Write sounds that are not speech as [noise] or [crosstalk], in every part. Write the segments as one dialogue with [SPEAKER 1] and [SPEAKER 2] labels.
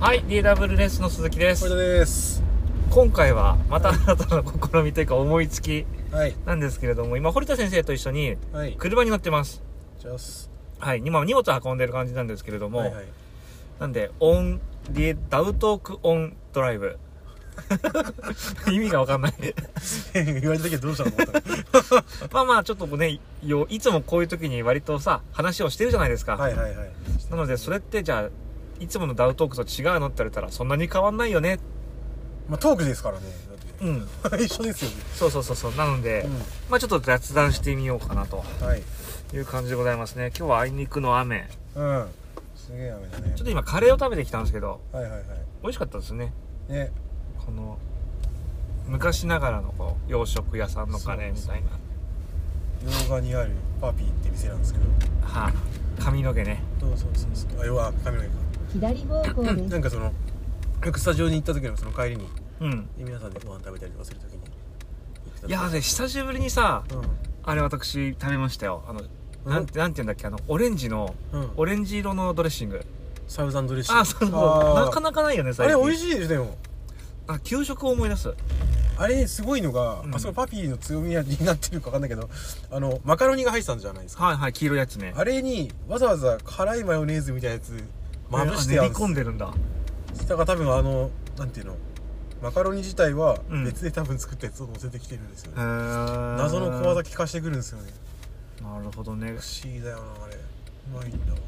[SPEAKER 1] はい、DW レースの鈴木で
[SPEAKER 2] これ
[SPEAKER 1] す。
[SPEAKER 2] です
[SPEAKER 1] 今回はまた新たな試みというか思いつき
[SPEAKER 2] はい
[SPEAKER 1] なんですけれども、今堀田先生と一緒に
[SPEAKER 2] はい
[SPEAKER 1] 車に乗ってます。
[SPEAKER 2] じゃあす
[SPEAKER 1] はい、今荷物運んでる感じなんですけれども、
[SPEAKER 2] はい [laughs] はい
[SPEAKER 1] なんで、オン、リダウトークオンドライブ。 [laughs] 意味がわかんない。
[SPEAKER 2] 言われた時はどうしたのと
[SPEAKER 1] [laughs]
[SPEAKER 2] 思っ
[SPEAKER 1] まあまあ、ちょっとね、よいつもこういう時に割とさ、話をしてるじゃないですか。
[SPEAKER 2] たはいはいはい
[SPEAKER 1] なので、それってじゃあ、いつものダウトークと違うのって言われたら、そんなに変わんないよね。
[SPEAKER 2] まあトークですからね
[SPEAKER 1] うん。
[SPEAKER 2] だって一緒ですよね
[SPEAKER 1] そうそうそうそう。なので、
[SPEAKER 2] う
[SPEAKER 1] まあちょっと雑談してみようかなと。
[SPEAKER 2] んはい
[SPEAKER 1] いう感じでございますね今日はあいにくの雨
[SPEAKER 2] うんすげえ雨だね
[SPEAKER 1] ちょっと今カレーを食べてきたんですけど
[SPEAKER 2] はいはいは
[SPEAKER 1] 美味しかったですね
[SPEAKER 2] いね
[SPEAKER 1] この昔ながらのこう洋食屋さんのカレーみたいな
[SPEAKER 2] 洋画にあるパピーって店なんですけど
[SPEAKER 1] はい、髪の毛ね
[SPEAKER 2] そうそうそうそうあ要は髪の毛か
[SPEAKER 3] 左方向です
[SPEAKER 2] な。んかそのよくスタジオに行った時のその帰りに
[SPEAKER 1] うん
[SPEAKER 2] 皆さんでご飯食べたりとかする時に行ってた
[SPEAKER 1] いやーね久しぶりにさ
[SPEAKER 2] う
[SPEAKER 1] あれ私食べましたよあのなんてなんて言うんだっけあのオレンジの
[SPEAKER 2] んうん
[SPEAKER 1] オレンジ色のドレッシング
[SPEAKER 2] サウザンドレッシング
[SPEAKER 1] あーそうそうなかなかないよね
[SPEAKER 2] あ
[SPEAKER 1] 最
[SPEAKER 2] れ
[SPEAKER 1] 近
[SPEAKER 2] 美味
[SPEAKER 1] しい
[SPEAKER 2] しいですでも
[SPEAKER 1] あ給食を思い出す
[SPEAKER 2] あれすごいのが、
[SPEAKER 1] うん
[SPEAKER 2] あそこパピーの強みになってるか分かんないけどあのマカロニが入ってたんじゃないですか
[SPEAKER 1] はいはい黄色いやつね
[SPEAKER 2] あれにわざわざ辛いマヨネーズみたいなやつまぶして
[SPEAKER 1] あ
[SPEAKER 2] あ
[SPEAKER 1] 練り
[SPEAKER 2] るんで
[SPEAKER 1] 込
[SPEAKER 2] す
[SPEAKER 1] んでるんだ
[SPEAKER 2] だから多分あのなんていうのマカロニ自体は
[SPEAKER 1] うん
[SPEAKER 2] 別で多分作ったやつを乗せてきてるんですよね、
[SPEAKER 1] 謎
[SPEAKER 2] 謎の小技効かしてくるんですよね
[SPEAKER 1] なるほどね
[SPEAKER 2] 不思議だよなあれうまいんだわ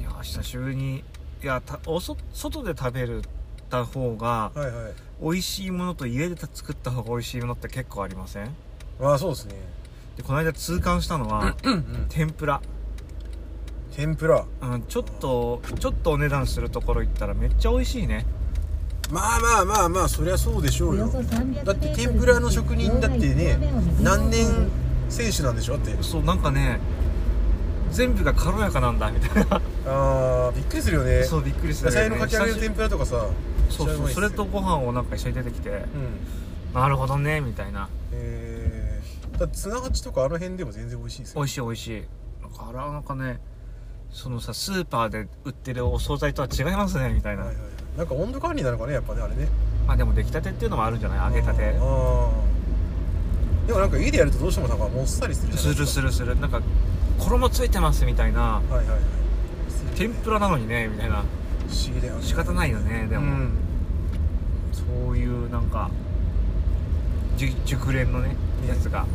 [SPEAKER 1] いや久しぶりにいやたおそ外で食べるた方が
[SPEAKER 2] はいはい
[SPEAKER 1] 美味しいものと家で作った方が美味しいものって結構ありません
[SPEAKER 2] まあそうですね
[SPEAKER 1] でこの間痛感したのは
[SPEAKER 2] うんうん
[SPEAKER 1] 天ぷら、
[SPEAKER 2] 天ぷら
[SPEAKER 1] うん、ちょっとちょっとお値段するところ行ったらめっちゃ美味しいね
[SPEAKER 2] まあまあまあまあそりゃそうでしょ
[SPEAKER 3] お
[SPEAKER 2] う
[SPEAKER 3] よ
[SPEAKER 2] よ
[SPEAKER 3] そ300
[SPEAKER 2] だって天ぷらの職人だってね何年選手なんでしょだって
[SPEAKER 1] そうなんかね全部が軽やかなんだみたいな
[SPEAKER 2] あーびっくりするよね
[SPEAKER 1] そうびっくりする
[SPEAKER 2] 野
[SPEAKER 1] よね
[SPEAKER 2] 菜のかき揚げの天ぷらとかさ
[SPEAKER 1] そう
[SPEAKER 2] め
[SPEAKER 1] そ
[SPEAKER 2] っちゃ
[SPEAKER 1] う
[SPEAKER 2] ま
[SPEAKER 1] う
[SPEAKER 2] い
[SPEAKER 1] そ
[SPEAKER 2] っす
[SPEAKER 1] れとご飯をなんか一緒に出てきて
[SPEAKER 2] うん
[SPEAKER 1] なるほどねみたいな
[SPEAKER 2] えー、だってツナハチとかあの辺でも全然美味しいです
[SPEAKER 1] 美
[SPEAKER 2] よ
[SPEAKER 1] 味しい美味しいなんかあらなんかねそのさスーパーで売ってるお惣菜とは違いますねみたいな、
[SPEAKER 2] はいはいはいなんか温度管理なのかねやっぱねあれね
[SPEAKER 1] まあでも出来たてっていうのもあるんじゃない揚げたて
[SPEAKER 2] あーでもなんか家でやるとどうしてもなんかもっさりするじゃ
[SPEAKER 1] す
[SPEAKER 2] ない
[SPEAKER 1] る
[SPEAKER 2] です
[SPEAKER 1] す
[SPEAKER 2] か
[SPEAKER 1] るするなんか衣ついてますみたいな
[SPEAKER 2] はいはいはい
[SPEAKER 1] 天ぷらなのにねみたいな
[SPEAKER 2] 不思議だよね
[SPEAKER 1] 仕方ないよねで
[SPEAKER 2] う
[SPEAKER 1] も、
[SPEAKER 2] ん
[SPEAKER 1] そういうなんか熟熟練のね
[SPEAKER 2] ね
[SPEAKER 1] やつが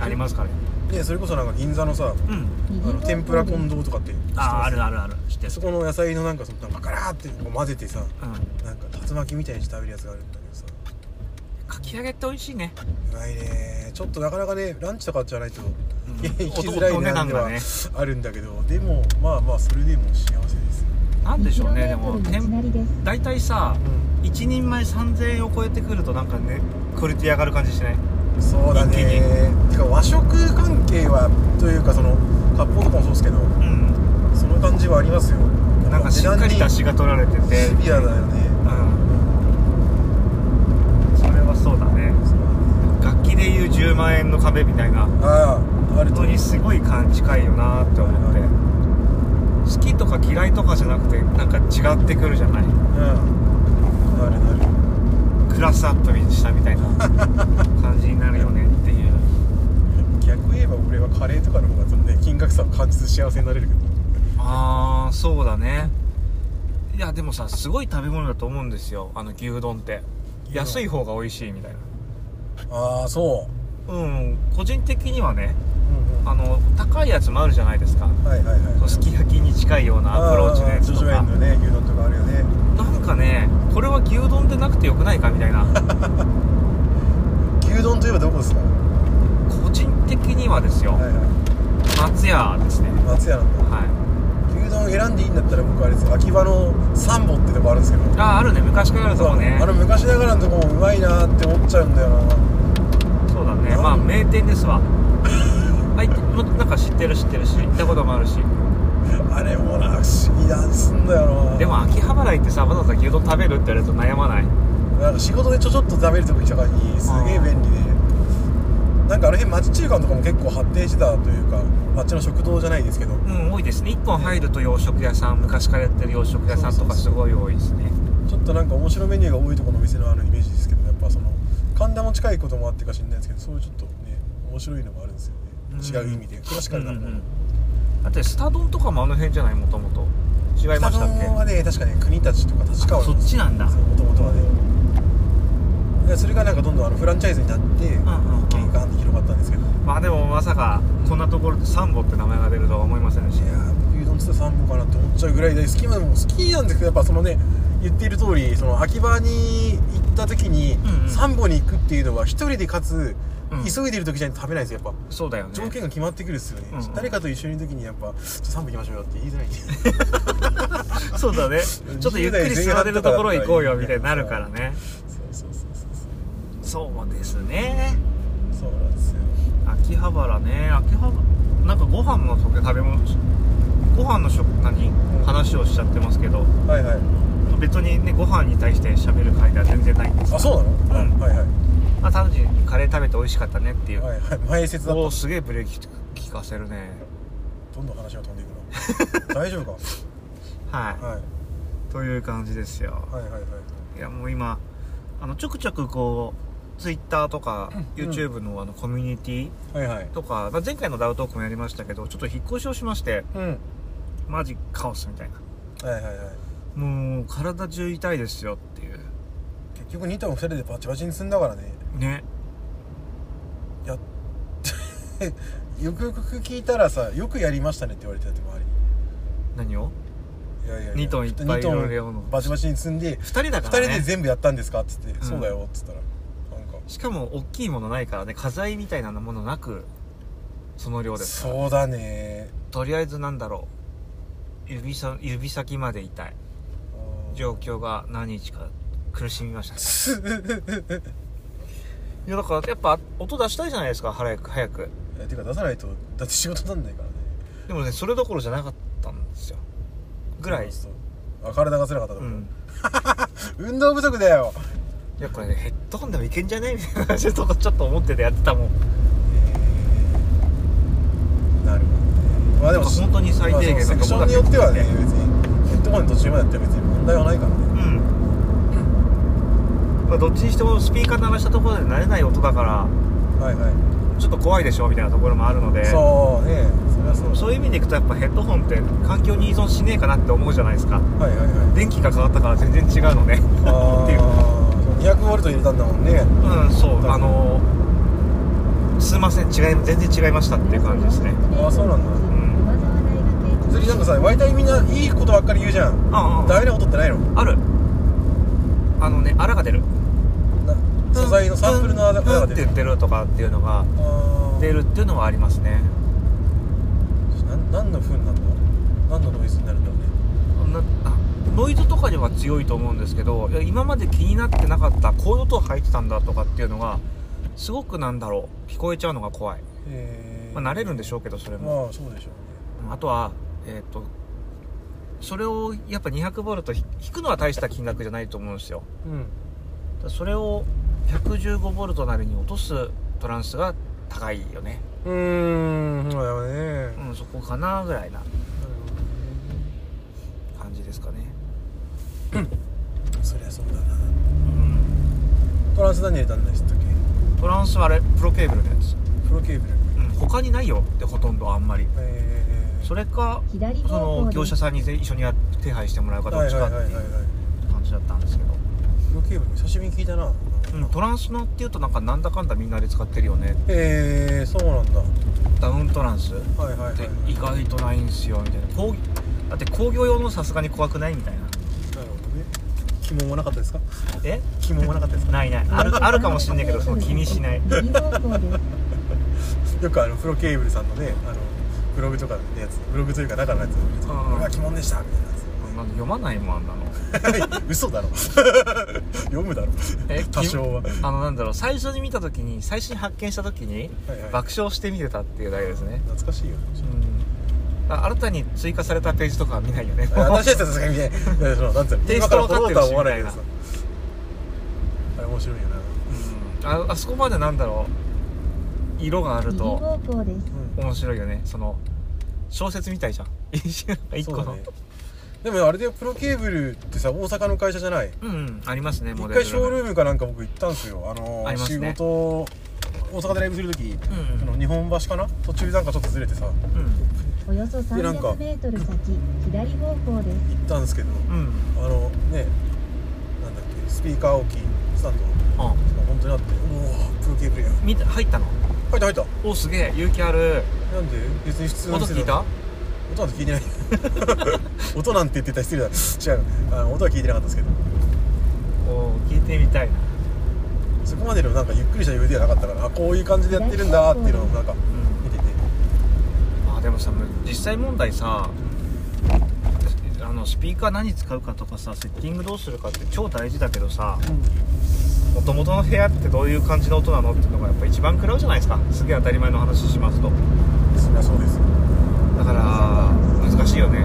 [SPEAKER 1] ありますからね
[SPEAKER 2] ねそれこそなんか銀座のさ
[SPEAKER 1] うん
[SPEAKER 2] あの天ぷら近藤とかって知ってます
[SPEAKER 1] ああるあるある知ってる
[SPEAKER 2] そこの野菜のなんかそのなんかガラーってこう混ぜてさ
[SPEAKER 1] うん
[SPEAKER 2] なんか竜巻みたいにして食べるやつがあるんだけどさ
[SPEAKER 1] かき揚げって美味しいね、
[SPEAKER 2] うまいねちょっとなかなかねランチとかじゃないと
[SPEAKER 1] う
[SPEAKER 2] いや [laughs] 行き
[SPEAKER 1] お
[SPEAKER 2] づらい
[SPEAKER 1] お値
[SPEAKER 2] な
[SPEAKER 1] 段
[SPEAKER 2] んで
[SPEAKER 1] が
[SPEAKER 2] は
[SPEAKER 1] ね
[SPEAKER 2] あるんだけどでもまあまあそれでも幸せですよ
[SPEAKER 1] なんでしょうねでも
[SPEAKER 3] 天
[SPEAKER 1] 天大体さ一人前3000円を超えてくるとなんかねクオリティ上がる感じしない
[SPEAKER 2] そうだ
[SPEAKER 1] 一気
[SPEAKER 2] ねてか和食関係はというかその割烹とかもそうですけど
[SPEAKER 1] うん
[SPEAKER 2] その感じはありますよ
[SPEAKER 1] なんかしっかり出
[SPEAKER 2] し
[SPEAKER 1] 汁が取られてて
[SPEAKER 2] シビアだよね
[SPEAKER 1] うんそれはそうだね楽器でいう10万円の壁みたいな
[SPEAKER 2] あああ
[SPEAKER 1] 本
[SPEAKER 2] ると
[SPEAKER 1] 当にすごい感近いよなって思って好きとか嫌いとかじゃなくてなんか違ってくるじゃない
[SPEAKER 2] うんなるなる
[SPEAKER 1] クラスアップしたみたいな感じになるよねっていう
[SPEAKER 2] 逆言えば俺はカレーとかの方がそのね金額差を感じず幸せになれるけど
[SPEAKER 1] ああそうだねいやでもさすごい食べ物だと思うんですよあの牛丼って
[SPEAKER 2] 牛丼
[SPEAKER 1] 安い方が美味しいみたいな
[SPEAKER 2] ああそう
[SPEAKER 1] うん個人的にはね
[SPEAKER 2] うんうん
[SPEAKER 1] あの高いやつもあるじゃないですか
[SPEAKER 2] はいはいはい
[SPEAKER 1] すき焼きに近いようなアプローチのやつと
[SPEAKER 2] 叙々
[SPEAKER 1] か
[SPEAKER 2] 苑のね牛丼とかあるよね
[SPEAKER 1] なんかねこれは牛丼でなくてよくないかみたい
[SPEAKER 2] [laughs]
[SPEAKER 1] な
[SPEAKER 2] 牛丼といえばどこですかは
[SPEAKER 1] 個人的にはですよ、
[SPEAKER 2] いは
[SPEAKER 1] 松屋ですね
[SPEAKER 2] い松屋なんだ
[SPEAKER 1] は
[SPEAKER 2] 牛丼選んでいいんだったら僕あれです秋葉のサンボってとこあるんですけど
[SPEAKER 1] いあああるね昔からあるとこね
[SPEAKER 2] あの昔ながらのとこもうまいなって思っちゃうんだよな
[SPEAKER 1] そうだね
[SPEAKER 2] うん
[SPEAKER 1] まあ名店です
[SPEAKER 2] [laughs]
[SPEAKER 1] わはいもなんか知ってる知ってるし行ったこともあるし
[SPEAKER 2] あれもな不思議だすんだよな
[SPEAKER 1] でも秋葉原行ってさわざわざ牛丼食べるって言われると悩まない
[SPEAKER 2] なんか仕事でちょちょっと食べるときとかにすげえ便利でなんかあの辺町中華とかも結構発展してたというか町の食堂じゃないですけど
[SPEAKER 1] うん多いですね1本入ると洋食屋さん昔からやってる洋食屋さんとかすごい多いですね
[SPEAKER 2] ちょっととなんか面白いメニューが多いところのお店のあるイメージですけどやっぱその神田も近いこともあってか知んないですけどそういうちょっとね面白いのもあるんですよね、
[SPEAKER 1] うん
[SPEAKER 2] 違う意味でクラシカルなもの、
[SPEAKER 1] うんうんだってスタ丼とかもあの辺じゃないもともと違いましたっ
[SPEAKER 2] 北野は
[SPEAKER 1] け
[SPEAKER 2] ね確かね国立とか立川
[SPEAKER 3] そっちなんだ
[SPEAKER 2] もともとはねでそれがなんかどんどんあのフランチャイズになって、
[SPEAKER 1] んうん
[SPEAKER 2] 一気にガーンって広がったんですけどい
[SPEAKER 1] まあでもまさかこんなところでサンボって名前が出るとは思いませんでし
[SPEAKER 2] やー僕うどんつって3本かなって思っちゃうぐらいで好きなのも好きなんですけどやっぱそのね言っている通りその秋葉に行った時に
[SPEAKER 1] うんうん
[SPEAKER 2] 3本に行くっていうのは一人でかつ、
[SPEAKER 1] うん
[SPEAKER 2] 急いでる時じゃ食べないんですよやっぱ
[SPEAKER 1] そうだよね
[SPEAKER 2] 条件が決まってくるっすよね、
[SPEAKER 1] うんうん
[SPEAKER 2] 誰かと一緒にいる時にやっぱ「ちょっと3本行きましょうよ」って言いづらいんで
[SPEAKER 1] [laughs] そうだねちょっとゆっくり座れるところ行こうよみたいになるからね
[SPEAKER 2] そうそうそうそう
[SPEAKER 1] そうですね
[SPEAKER 2] [laughs] そうそうなんですよ
[SPEAKER 1] 秋葉原ね秋葉原なんかご飯の食食べ物ご飯の食何話をしちゃってますけど
[SPEAKER 2] はいはい
[SPEAKER 1] 別にねご飯に対して喋る回では全然ないんです
[SPEAKER 2] あそうなの、
[SPEAKER 1] うん
[SPEAKER 2] はいはい
[SPEAKER 1] まあ単純にカレー食べて美味しかったねっていう、
[SPEAKER 2] はいはい前説だ
[SPEAKER 1] お
[SPEAKER 2] と
[SPEAKER 1] おすげえブレーキ効かせるね
[SPEAKER 2] どんどん話が飛んでい
[SPEAKER 1] [laughs]
[SPEAKER 2] くな大丈夫か
[SPEAKER 1] はい、
[SPEAKER 2] はい
[SPEAKER 1] という感じですよ
[SPEAKER 2] はいはいはい
[SPEAKER 1] いやもう今あのちょくちょくこう Twitter とか
[SPEAKER 2] うん
[SPEAKER 1] YouTube のあのコミュニティ
[SPEAKER 2] はいはい
[SPEAKER 1] とか、まあ、前回のダウトークもやりましたけどちょっと引っ越しをしまして
[SPEAKER 2] うん
[SPEAKER 1] マジカオスみたいな
[SPEAKER 2] はいはいはい
[SPEAKER 1] もう体中痛いですよっていう
[SPEAKER 2] 結局2頭2人でバチバチに積んだからね
[SPEAKER 1] ね
[SPEAKER 2] やっ [laughs] よくよく聞いたらさよくやりましたねって言われてたって周りに
[SPEAKER 1] 何を
[SPEAKER 2] いやいや
[SPEAKER 1] 二トンいっぱい
[SPEAKER 2] 二トン
[SPEAKER 1] いろいろやるの
[SPEAKER 2] バチバチに積んで
[SPEAKER 1] 2人だ
[SPEAKER 2] 2
[SPEAKER 1] か
[SPEAKER 2] 人
[SPEAKER 1] らね
[SPEAKER 2] で全部やったんですかっつって、
[SPEAKER 1] ん
[SPEAKER 2] そうだよっつったらなんか
[SPEAKER 1] しかも大きいものないからね家財みたいなものなくその量ですから
[SPEAKER 2] そうだね
[SPEAKER 1] とりあえずなんだろう指さ指先まで痛い
[SPEAKER 2] [laughs]
[SPEAKER 1] 状況が何日か苦しみましたね
[SPEAKER 2] 況
[SPEAKER 1] いやだからやっぱ音出したいじゃないですか早く早く
[SPEAKER 2] てか出さないとだって仕事なんないからね
[SPEAKER 1] でもねそれどころじゃなかったんですよぐらい
[SPEAKER 2] そうそうあ体が辛かったと
[SPEAKER 1] う
[SPEAKER 2] か、
[SPEAKER 1] ん
[SPEAKER 2] 運動不足だよ
[SPEAKER 1] いやこれねヘッドホンでもいけんじゃねみたいな感じとかちょっと思っててやってたもん
[SPEAKER 2] なるほどねまあでも
[SPEAKER 1] なんか本当に最低限の
[SPEAKER 2] まあそのセクションによってはね別にヘッドホンの途中までやっても別に問題はないからね
[SPEAKER 1] うんまあどっちにしてもスピーカー鳴らしたところで慣れない音だから
[SPEAKER 2] はいはい
[SPEAKER 1] ちょっと怖いでしょみたいなところもあるので
[SPEAKER 2] そうねそれはそう
[SPEAKER 1] そういう意味でいくとやっぱヘッドホンって環境に依存しねえかなって思うじゃないですか
[SPEAKER 2] はいはいはい
[SPEAKER 1] 電気が変わったから全然違うのね
[SPEAKER 2] あ
[SPEAKER 1] っていう
[SPEAKER 2] あ200ボルト入れたんだもんね
[SPEAKER 1] うんそうあのーすいません違い全然違いましたっていう感じですね
[SPEAKER 2] ああそうなんだ
[SPEAKER 1] うん
[SPEAKER 2] 釣りなんかさ大体みんないいことばっかり言うじゃん
[SPEAKER 1] ああ
[SPEAKER 2] ダメなことってないの
[SPEAKER 1] ああるあのねあらが出る
[SPEAKER 2] な素材のサンプルのあだ
[SPEAKER 1] うんうん
[SPEAKER 2] が
[SPEAKER 1] って
[SPEAKER 2] 出
[SPEAKER 1] 言
[SPEAKER 2] る
[SPEAKER 1] ってるとかっていうのが
[SPEAKER 2] あ
[SPEAKER 1] 出
[SPEAKER 2] ー
[SPEAKER 1] るっていうのはありますね
[SPEAKER 2] な何の糞なんだ何のノイズになるんだろうね
[SPEAKER 1] なあノイズとかには強いと思うんですけどいや今まで気になってなかったこういう音入ってたんだとかっていうのがすごくなんだろう聞こえちゃうのが怖い、
[SPEAKER 2] え
[SPEAKER 1] まあ、慣れるんでしょうけどそれも、
[SPEAKER 2] まあそうでしょ
[SPEAKER 1] あ、とはえっ、とそれをやっぱ200ボルト引くのは大した金額じゃないと思うんですよ
[SPEAKER 2] うね
[SPEAKER 1] だからそれを115ボルトなりに落とすトランスが高いよね
[SPEAKER 2] うんうーんそうだよね
[SPEAKER 1] うんそこかなぐらいな感じですかね
[SPEAKER 2] そりゃそうだな
[SPEAKER 1] うん
[SPEAKER 2] トランス何入れたんでしたっけ
[SPEAKER 1] トランスはあれプロケーブルのやつ
[SPEAKER 2] プロケーブル
[SPEAKER 1] うん他にないよってほとんどあんまり
[SPEAKER 2] えー
[SPEAKER 1] それか
[SPEAKER 4] 左
[SPEAKER 1] そ
[SPEAKER 4] 方
[SPEAKER 1] の
[SPEAKER 4] 向
[SPEAKER 1] 業者さんにぜ一緒にや手配してもらうかど
[SPEAKER 2] は
[SPEAKER 1] っ
[SPEAKER 2] い
[SPEAKER 1] ち
[SPEAKER 2] はい
[SPEAKER 1] か
[SPEAKER 2] は
[SPEAKER 1] っ
[SPEAKER 2] いはいはい
[SPEAKER 1] ていう感じだったんですけど、
[SPEAKER 2] プロケーブル久しぶりに聞いたな
[SPEAKER 1] うん、トランスのっていうとなんかなんだかんだみんなで使ってるよね
[SPEAKER 2] えー、そうなんだ
[SPEAKER 1] ダウントランスっ
[SPEAKER 2] はいはいはい
[SPEAKER 1] て意外とないんすよみたいな工だって工業用のさすがに怖くないみたいな
[SPEAKER 2] なるほどね鬼門はなかったですか
[SPEAKER 1] え
[SPEAKER 2] 鬼門はなかったですか
[SPEAKER 1] ない
[SPEAKER 2] [laughs]
[SPEAKER 1] ないあるあるかもしんないけどその気にしない
[SPEAKER 4] 右方向です。
[SPEAKER 2] よくあのプロケーブルさんのねあのブログとかのやつブログというか中のやつ見るとこ
[SPEAKER 1] うん
[SPEAKER 2] れは鬼門でしたみたいなやつ
[SPEAKER 1] なんか読まないもんあんな
[SPEAKER 2] [laughs]
[SPEAKER 1] の
[SPEAKER 2] 嘘 [laughs] だろ読むだろ
[SPEAKER 1] え
[SPEAKER 2] 多少は
[SPEAKER 1] あのなんだろう最初に見た時に最初に発見した時に
[SPEAKER 2] はいはい
[SPEAKER 1] 爆笑して見てたっていうだけですね
[SPEAKER 2] 懐かしいよ
[SPEAKER 1] うんあ新たに追加されたページとかは見ないよね
[SPEAKER 2] 私
[SPEAKER 1] [laughs]
[SPEAKER 2] たちはさすがにねいやそのなんつうの
[SPEAKER 1] テイストは分かってるし
[SPEAKER 2] 今から撮ろうとは思わないけどさあれ面白いよな
[SPEAKER 1] ああそこまでなんだろう色がある
[SPEAKER 4] 右
[SPEAKER 1] と
[SPEAKER 4] 方向です。
[SPEAKER 2] うん
[SPEAKER 1] 面白いよねその小説みたいじゃん [laughs] 一個
[SPEAKER 2] そうだ
[SPEAKER 1] の、
[SPEAKER 2] ねでもあれでプロケーブルってさ大阪の会社じゃない
[SPEAKER 1] うん、うん、ありますね
[SPEAKER 2] 一
[SPEAKER 1] モデル
[SPEAKER 2] 回ショールームかなんか僕行ったんですよあの
[SPEAKER 1] あります
[SPEAKER 2] 仕
[SPEAKER 1] ね
[SPEAKER 2] 事大阪でライブする時、
[SPEAKER 1] う
[SPEAKER 2] あの
[SPEAKER 1] ん
[SPEAKER 2] 日本橋かな途中なんかちょっとずれてさ行
[SPEAKER 1] う
[SPEAKER 3] およそ
[SPEAKER 2] でなんか
[SPEAKER 3] 300メートル先左方向です
[SPEAKER 2] ったんですけど
[SPEAKER 1] んうん
[SPEAKER 2] あのねなんだっけスピーカー大きいスタンド
[SPEAKER 1] あ
[SPEAKER 2] が本当にあってうおープロケーブルや
[SPEAKER 1] 見た入ったの
[SPEAKER 2] 入った入った
[SPEAKER 1] おすげえ勇気ある
[SPEAKER 2] なんで別に普通の
[SPEAKER 1] 音
[SPEAKER 2] 店
[SPEAKER 1] 聞い
[SPEAKER 2] だ
[SPEAKER 1] た
[SPEAKER 2] 音なんて聞いてない [laughs] 音なんて言ってたら失礼だ違うあの音は聞いてなかったですけど
[SPEAKER 1] おー聞いてみたいな、
[SPEAKER 2] そこまでのなんかゆっくりした余裕ではなかったからあこういう感じでやってるんだっていうのをなんか
[SPEAKER 1] うん
[SPEAKER 2] 見てて
[SPEAKER 1] まあでもさ実際問題さあのスピーカー何使うかとかさセッティングどうするかって超大事だけどさもともとの部屋ってどういう感じの音なのっていうのがやっぱ一番食らうじゃないですかすげえ当たり前の話しますと
[SPEAKER 2] そりゃそうです
[SPEAKER 1] だから難しいよね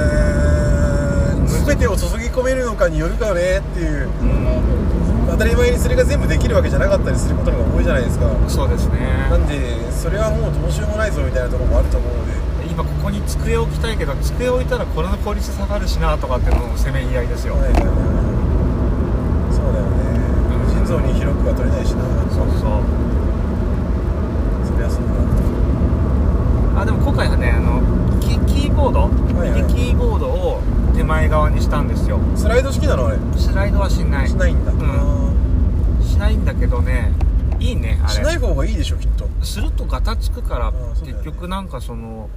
[SPEAKER 2] えー、全てを注ぎ込めるのかによるかよねっていう
[SPEAKER 1] う
[SPEAKER 3] メー
[SPEAKER 1] ん
[SPEAKER 3] トル
[SPEAKER 2] 当たり前にそれが全部できるわけじゃなかったりすることの方が多いじゃないですか
[SPEAKER 1] そうですね
[SPEAKER 2] なんでそれはもうどうしようもないぞみたいなところもあると思うので
[SPEAKER 1] 今ここに机置きたいけど机置いたらこれの効率下がるしなとかっていうのもせめぎ合いですよ、
[SPEAKER 2] はいはいはいそうだよね
[SPEAKER 1] うん
[SPEAKER 2] 心臓に広くは取れないしな
[SPEAKER 1] そうそう
[SPEAKER 2] そりゃそうだ
[SPEAKER 1] あでも今回はねあのキキーボード、
[SPEAKER 2] はいはい
[SPEAKER 1] 右キーボードを手前側にしたんですよ
[SPEAKER 2] スライド式なのあれ、
[SPEAKER 1] スライドはしない
[SPEAKER 2] しないんだ、
[SPEAKER 1] うん
[SPEAKER 2] あ
[SPEAKER 1] しないんだけどねいいねあ
[SPEAKER 2] ー
[SPEAKER 1] れ
[SPEAKER 2] しない方がいいでしょきっと
[SPEAKER 1] するとガタつくから
[SPEAKER 2] あーそうだよ
[SPEAKER 1] 結
[SPEAKER 2] ね
[SPEAKER 1] 局なんかその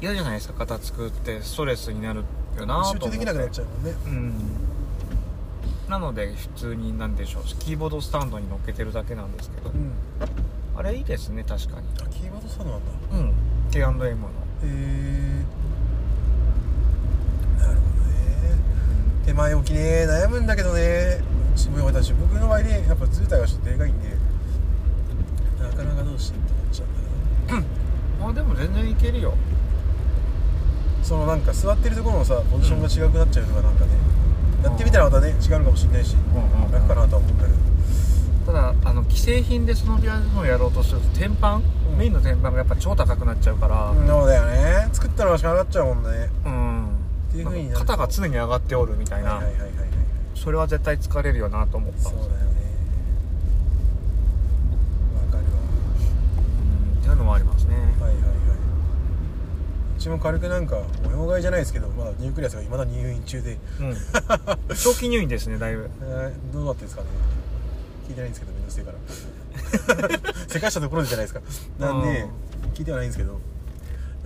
[SPEAKER 1] 嫌じゃないですかガタつくってストレスになるよなと思
[SPEAKER 2] 集中できなくなっ
[SPEAKER 1] ゃ
[SPEAKER 2] ちゃうもんね
[SPEAKER 1] ううんなので普通に何でしょうキーボードスタンドに乗っけてるだけなんですけど
[SPEAKER 2] うん
[SPEAKER 1] あれいいですね確かに
[SPEAKER 2] あキーワードサウンドなんだ
[SPEAKER 1] うん K&M の
[SPEAKER 2] へえなるほどね手前置きね悩むんだけどねうちも私僕の場合ねやっぱ図体がちょっとでかいんでなかなかどうしてって思っちゃうんだけ
[SPEAKER 1] まあでも全然いけるよ
[SPEAKER 2] どそのなんか座ってるところのさポジションが違くなっちゃうのがなんかね、やってみたらまたね違うのかもしれないし
[SPEAKER 1] うんうんうん
[SPEAKER 2] 楽かなとは思うけど
[SPEAKER 1] ただあの既製品でそのビアのをやろうとすると天板、
[SPEAKER 2] うん
[SPEAKER 1] メインの天板がやっぱ超高くなっちゃうから
[SPEAKER 2] そうだよね作ったのがしかなくなっちゃうもんねは
[SPEAKER 1] うん、
[SPEAKER 2] っていう風になる
[SPEAKER 1] 肩が常に上がっておるみたい
[SPEAKER 2] い
[SPEAKER 1] な、
[SPEAKER 2] はいはいはいはい
[SPEAKER 1] それは絶対疲れるよなと思った
[SPEAKER 2] そうだよねわかるわ
[SPEAKER 1] うんっていうのはありますね、
[SPEAKER 2] [laughs] はいはいはいうちも軽くなんか模様替えじゃないですけどまだニュークリアスがいまだ入院中で、
[SPEAKER 1] うん長期入院ですねだいぶ
[SPEAKER 2] えーどうなってるんですかね聞いてないんですけど面倒くせえからせかしたところでじゃないですかなんで聞いてはないんですけど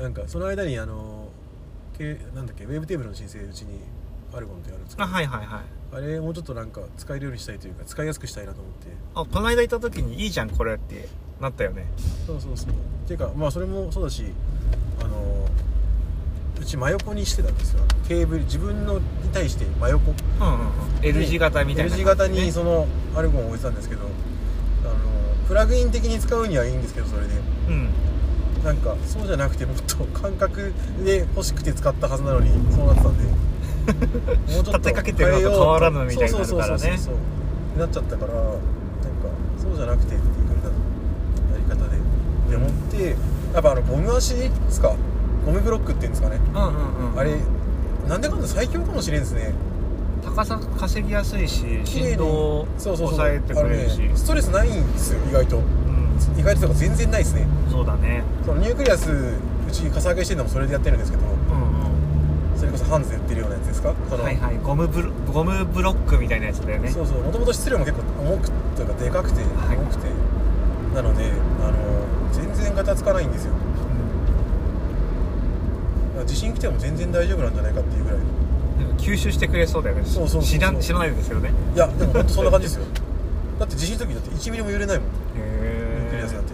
[SPEAKER 2] なんかその間にあのけなんだっけウェーブテーブルの申請うちにアルゴンってあるんですけ
[SPEAKER 1] あ
[SPEAKER 2] ど
[SPEAKER 1] はいはいはい
[SPEAKER 2] あれもうちょっとなんか使えるようにしたいというか使いやすくしたいなと思って
[SPEAKER 1] あこの間行った時にいいじゃんこれってなったよね
[SPEAKER 2] そうそうそうっていうかまあそれもそうだしあのうち真横にしてたんですよテーブル自分のに対して真横
[SPEAKER 1] うんうん、うん、L 字型みたいな
[SPEAKER 2] L 字型
[SPEAKER 1] 感じ
[SPEAKER 2] に
[SPEAKER 1] ね
[SPEAKER 2] そのアルゴンを置いてたんですけどあのプラグイン的に使うにはいいんですけどそれで
[SPEAKER 1] うん
[SPEAKER 2] なんかそうじゃなくてもっと感覚で欲しくて使ったはずなのにそうなって
[SPEAKER 1] [laughs]
[SPEAKER 2] たんでもう
[SPEAKER 1] 立てかけてるのと変わらぬみたいになるからね
[SPEAKER 2] そうそうそうそうそうなっちゃったからなんかそうじゃなくてっていう風なやり方でで思ってやっぱあのゴム足ですかゴムブロックっていうんですかね、
[SPEAKER 1] うんうんうん
[SPEAKER 2] あれなんでかんだ最強かもしれんですね
[SPEAKER 1] 高さ稼ぎやすいし
[SPEAKER 2] 綺麗
[SPEAKER 1] 振動を
[SPEAKER 2] そうそうそう
[SPEAKER 1] 抑えてくれる
[SPEAKER 2] あ
[SPEAKER 1] し
[SPEAKER 2] のねストレスないんですよ意外と
[SPEAKER 1] う
[SPEAKER 2] 意外ととか全然ないですね
[SPEAKER 1] んそうだね
[SPEAKER 2] そのニュークリアスうちかさ上げしてるのもそれでやってるんですけど
[SPEAKER 1] うんうん
[SPEAKER 2] それこそハンズで売ってるようなやつですかその
[SPEAKER 1] はいはいゴムブロゴムブロックみたいなやつだよね
[SPEAKER 2] そうそうもともと質量も結構重くというかでかくて
[SPEAKER 1] はい
[SPEAKER 2] 重くて、なのであの全然ガタつかないんですよ
[SPEAKER 1] うん
[SPEAKER 2] 地震来ても全然大丈夫なんじゃないかっていうぐらいの
[SPEAKER 1] なんか吸収してくれそうだよね
[SPEAKER 2] そうそうそうそう
[SPEAKER 1] 知らん知らないですよね
[SPEAKER 2] いやでも本当そんな感じですよ [laughs] だって地震の時だって1ミリも揺れないもんニュークリ
[SPEAKER 1] へ
[SPEAKER 2] アスなん
[SPEAKER 1] え
[SPEAKER 2] て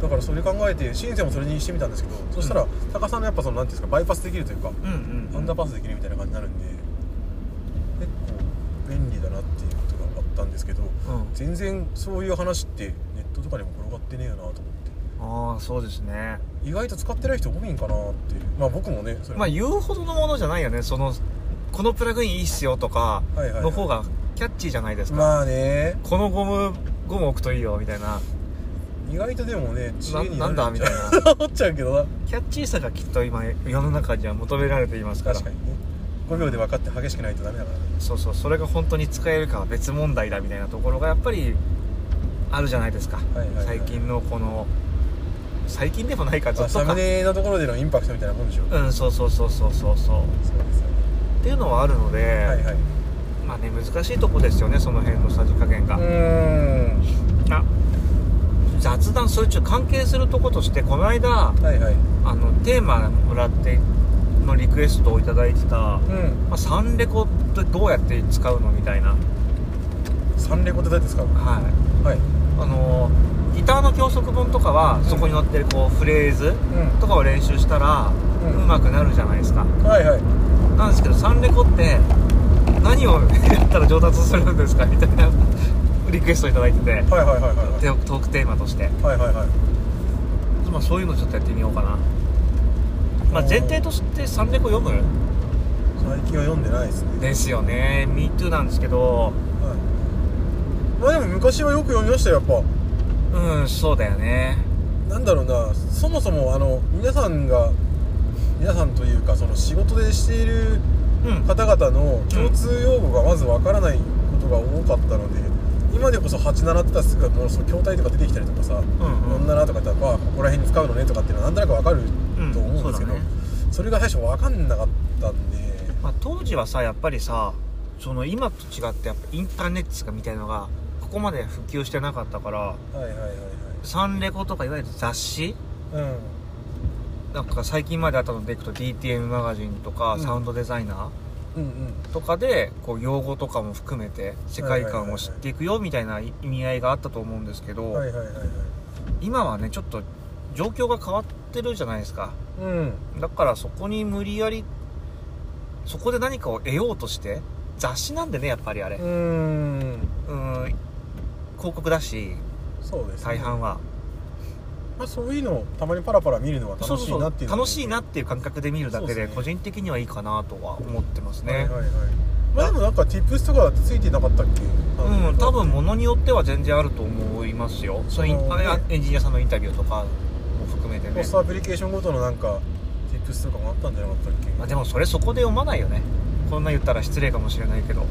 [SPEAKER 2] だからそれ考えてシンセもそれにしてみたんですけど、そしたら高さのやっぱそのなんていうんですかバイパスできるというか、
[SPEAKER 1] うんうんうん
[SPEAKER 2] アンダーパスできるみたいな感じになるんで結構便利だなっていうことがあったんですけど
[SPEAKER 1] うん
[SPEAKER 2] 全然そういう話ってネットとかにも転がってねえよなと思って
[SPEAKER 1] ああそうですね
[SPEAKER 2] 意外と使ってない人多いんかなっていうまあ僕もねそれ
[SPEAKER 1] まあ言うほどのものじゃないよねそのこのプラグインいいっすよとか
[SPEAKER 2] はいはいはい
[SPEAKER 1] の方がキャッチーじゃないですか、
[SPEAKER 2] まあね
[SPEAKER 1] このゴムゴム置くといいよみたいな
[SPEAKER 2] 意外とでもね知
[SPEAKER 1] な
[SPEAKER 2] 恵に
[SPEAKER 1] なんだみたいな
[SPEAKER 2] な思っちゃうけどな
[SPEAKER 1] キャッチーさがきっと今世の中には求められていますから
[SPEAKER 2] 確 [laughs] かにね5秒で分かって激しくないとダメだからね
[SPEAKER 1] そうそうそれが本当に使えるかは別問題だみたいなところがやっぱりあるじゃないですか、
[SPEAKER 2] はいはいはい
[SPEAKER 1] 最近のこの最近でもないかず
[SPEAKER 2] まあ
[SPEAKER 1] っと
[SPEAKER 2] サム
[SPEAKER 1] か
[SPEAKER 2] ネのところでのインパクトみたいなもんでしょ [laughs] う
[SPEAKER 1] うんそうそうそうそうそうそう
[SPEAKER 2] そうですよね
[SPEAKER 1] っていうのはあるので、
[SPEAKER 2] はいはい
[SPEAKER 1] まあね難しいとこですよねその辺のさじ加減が、
[SPEAKER 2] う
[SPEAKER 1] あ雑談それちょっと関係するとことしてこの間
[SPEAKER 2] ーんはいはい
[SPEAKER 1] あのテーマもらってのリクエストを頂いただいてた、ま
[SPEAKER 2] うん
[SPEAKER 1] あ、サンレコってどうやって使うのみたいなはい
[SPEAKER 2] 三レコってどうやって使うのはい
[SPEAKER 1] あのギターの教則本とかはそこに載ってるこうフレーズ
[SPEAKER 2] う
[SPEAKER 1] とかを練習したらうんまくなるじゃないですか
[SPEAKER 2] んはいはい
[SPEAKER 1] なんですけどサンレコって何をやったら上達するんですかみたいなリクエストを頂いいてて
[SPEAKER 2] はいはいはいはい
[SPEAKER 1] テトークテーマとして
[SPEAKER 2] はいはいはい
[SPEAKER 1] まあそういうのちょっとやってみようかなまあ前提としてサンレコ読む
[SPEAKER 2] 最近は読んでないですね
[SPEAKER 1] ですよね MeToo なんですけど
[SPEAKER 2] はいまあでも昔はよく読みましたよやっぱ
[SPEAKER 1] うんそうだよね
[SPEAKER 2] なんだろうなそもそもあの皆さんが皆さんというかその仕事でしている
[SPEAKER 1] うん
[SPEAKER 2] 方々の共通用語がまずわからないことが多かったので今でこそ87ってたらすぐもうその筐体とか出てきたりとかさ「
[SPEAKER 1] うんうん
[SPEAKER 2] 女な」とかってまあここら辺に使うのねとかっていうのはなんとなくわかると思うんです
[SPEAKER 1] うんそ
[SPEAKER 2] けど、
[SPEAKER 1] うだね
[SPEAKER 2] それが最初わかんなかったんで
[SPEAKER 1] まあ、当時はさやっぱりさその今と違ってやっぱインターネットみたいのがここまで普及してなかったから
[SPEAKER 2] はいはいはいはい
[SPEAKER 1] サンレコとかいわゆる雑誌
[SPEAKER 2] うん
[SPEAKER 1] なんか最近まであったのでいくと DTM マガジンとか、
[SPEAKER 2] うん
[SPEAKER 1] サウンドデザイナ
[SPEAKER 2] うんうん
[SPEAKER 1] ーとかでこう用語とかも含めて世界観を知っていくよみたいな意味合いがあったと思うんですけど、
[SPEAKER 2] はいはいはいはい
[SPEAKER 1] 今はねちょっと状況が変わってるじゃないですか
[SPEAKER 2] うん
[SPEAKER 1] だからそこに無理やりそこで何かを得ようとして雑誌なんでねやっぱりあれ
[SPEAKER 2] うーん
[SPEAKER 1] うん広告だし
[SPEAKER 2] そうですね
[SPEAKER 1] 大半は、
[SPEAKER 2] まあ、そういうのをたまにパラパラ見るのは
[SPEAKER 1] そう
[SPEAKER 2] 楽
[SPEAKER 1] そう
[SPEAKER 2] し
[SPEAKER 1] そ
[SPEAKER 2] いうなっていうのは
[SPEAKER 1] 楽しいなっていう感覚で見るだけ
[SPEAKER 2] そ
[SPEAKER 1] で
[SPEAKER 2] うですね
[SPEAKER 1] 個人的にはいいかなとは思ってますね、
[SPEAKER 2] はいはいはいまあでもなんか Tips とかついてなかったっけ
[SPEAKER 1] うん多分物によっては全然あると思いますよそのイン
[SPEAKER 2] うん
[SPEAKER 1] あれあエンジニアさんのインタビューとかも含めて
[SPEAKER 2] ポ
[SPEAKER 1] ね
[SPEAKER 2] ス、トアプリケーションごとのなんか Tips とかもあったんじゃなかったっけ、
[SPEAKER 1] まあ、でもそれそこで読まないよねこんな言ったら失礼かもしれないけど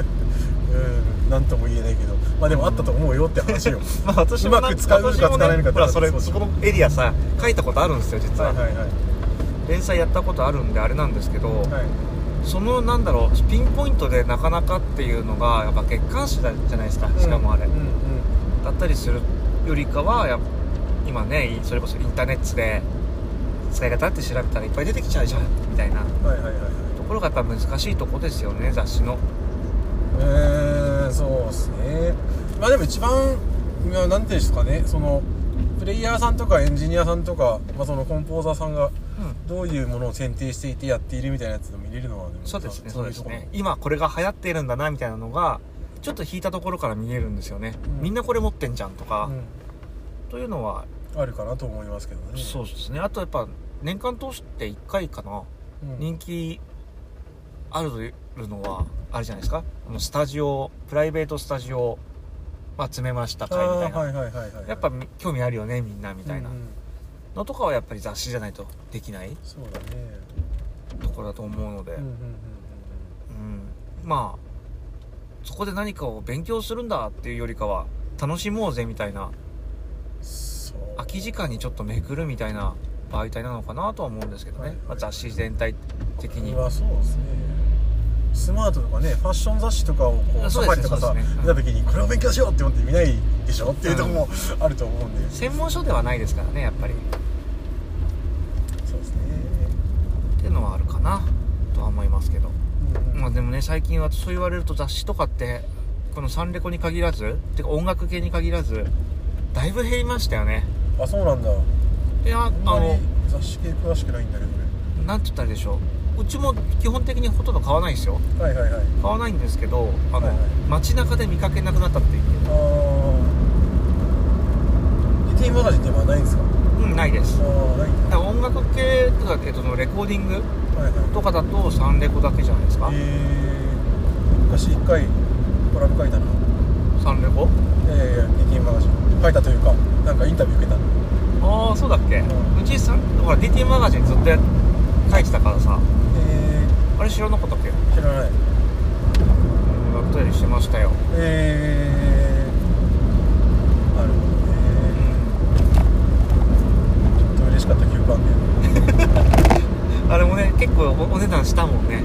[SPEAKER 2] うんなんとも言えないけどまあでもあったと思うよって話
[SPEAKER 1] [laughs]
[SPEAKER 2] よ
[SPEAKER 1] まあ私もな
[SPEAKER 2] うまく使うか
[SPEAKER 1] 私もね
[SPEAKER 2] 使わないのか
[SPEAKER 1] ほらそれ
[SPEAKER 2] そう
[SPEAKER 1] そ
[SPEAKER 2] そう
[SPEAKER 1] このエリアさ書いたことあるんですよ実は、
[SPEAKER 2] はいはいはい
[SPEAKER 1] 連載やったことあるんであれなんですけど、
[SPEAKER 2] はい
[SPEAKER 1] そのなんだろうピンポイントでなかなかっていうのがやっぱ月刊誌だじゃないですかしかもあれ、
[SPEAKER 2] うんうん
[SPEAKER 1] だったりするよりかはやっぱ今ねそれこそインターネットで使い方って調べたらいっぱい出てきちゃうじゃんみたいな
[SPEAKER 2] うんはいはいはいはい
[SPEAKER 1] ところがやっぱ難しいとこですよね雑誌の
[SPEAKER 2] うーんそうですねまあでも一番何ていうんですかねそのプレイヤーさんとかエンジニアさんとか、まあ、そのコンポーザーさんが
[SPEAKER 1] うん
[SPEAKER 2] どういうものを選定していてやっているみたいなやつでも見れるのはも
[SPEAKER 1] そうですね
[SPEAKER 2] そ
[SPEAKER 1] そう
[SPEAKER 2] うい
[SPEAKER 1] で
[SPEAKER 2] う
[SPEAKER 1] す
[SPEAKER 2] ところ
[SPEAKER 1] ね今これが流行っているんだなみたいなのがちょっと引いたところから見えるんですよね、
[SPEAKER 2] うん
[SPEAKER 1] みんなこれ持ってんじゃんとか、というのは、
[SPEAKER 2] うんあるかなと思いますけどね
[SPEAKER 1] そうですねあとやっぱ年間通して1回かな
[SPEAKER 2] うん、
[SPEAKER 1] 人気あるのはあれじゃないですかあのスタジオプライベートスタジオまあ詰めました
[SPEAKER 2] あ
[SPEAKER 1] 会みた
[SPEAKER 2] ー
[SPEAKER 1] いな、
[SPEAKER 2] はいはいはいはい
[SPEAKER 1] やっぱみ興味あるよねみんなみたいな
[SPEAKER 2] うんうん
[SPEAKER 1] のとかはやっぱり雑誌じゃないとできない
[SPEAKER 2] そうだね
[SPEAKER 1] ところだと思うので、う
[SPEAKER 2] うんう
[SPEAKER 1] ん
[SPEAKER 2] んうん
[SPEAKER 1] まあそこで何かを勉強するんだっていうよりかは楽しもうぜみたいな
[SPEAKER 2] うんそう
[SPEAKER 1] 空き時間にちょっとめくるみたいな媒体なのかなとは思うんですけどね、
[SPEAKER 2] はい
[SPEAKER 1] まあ、雑誌全体的に。
[SPEAKER 2] はそうですねスマートとかねファッション雑誌とかをこう
[SPEAKER 1] そ
[SPEAKER 2] サ
[SPEAKER 1] うですね
[SPEAKER 2] ファリとかさ、
[SPEAKER 1] そうですね
[SPEAKER 2] 見た時にこれを勉強しようって思って見ないでしょっていうとこもあると思うんで、
[SPEAKER 1] 専門書ではないですからねやっぱりっ
[SPEAKER 2] そうですね、
[SPEAKER 1] ていうのはあるかなとは思いますけど
[SPEAKER 2] うんうん
[SPEAKER 1] まあでもね最近はそう言われると雑誌とかってこのサンレコに限らずてか音楽系に限らずだいぶ減りましたよね
[SPEAKER 2] あそうなんだ
[SPEAKER 1] いやあ
[SPEAKER 2] あんまり
[SPEAKER 1] の
[SPEAKER 2] 雑誌系詳しくないんだけどね
[SPEAKER 1] なんて言ったらいいでしょううちも基本的にほとんど買わないんですよ
[SPEAKER 2] はいはいはい
[SPEAKER 1] 買わないんですけどあの、
[SPEAKER 2] はいはい
[SPEAKER 1] 街中で見かけなくなったっていう
[SPEAKER 2] ああティーマガジンって今はないんですか
[SPEAKER 1] うんないです
[SPEAKER 2] あ
[SPEAKER 1] だ
[SPEAKER 2] あない
[SPEAKER 1] から音楽系とかってそのレコーディング
[SPEAKER 2] はいはい
[SPEAKER 1] とかだとサンレコだけじゃないですか、
[SPEAKER 2] えー、昔一回コラム書いたな
[SPEAKER 1] サンレコ
[SPEAKER 2] いやいやいやティーマガジン書いたというかなんかインタビュー受けた
[SPEAKER 1] ああそうだっけ
[SPEAKER 2] うん
[SPEAKER 1] うちさほら DT マガジンずっとやっ書いてたからさ
[SPEAKER 2] え
[SPEAKER 1] あれ知らなかったっけ
[SPEAKER 2] ー、知らない
[SPEAKER 1] うんやったりしてましたよ
[SPEAKER 2] えー、なるほど
[SPEAKER 1] う
[SPEAKER 2] ね
[SPEAKER 1] ん
[SPEAKER 2] ちょっと嬉しかった9番目
[SPEAKER 1] あれもね結構おお値段したもんね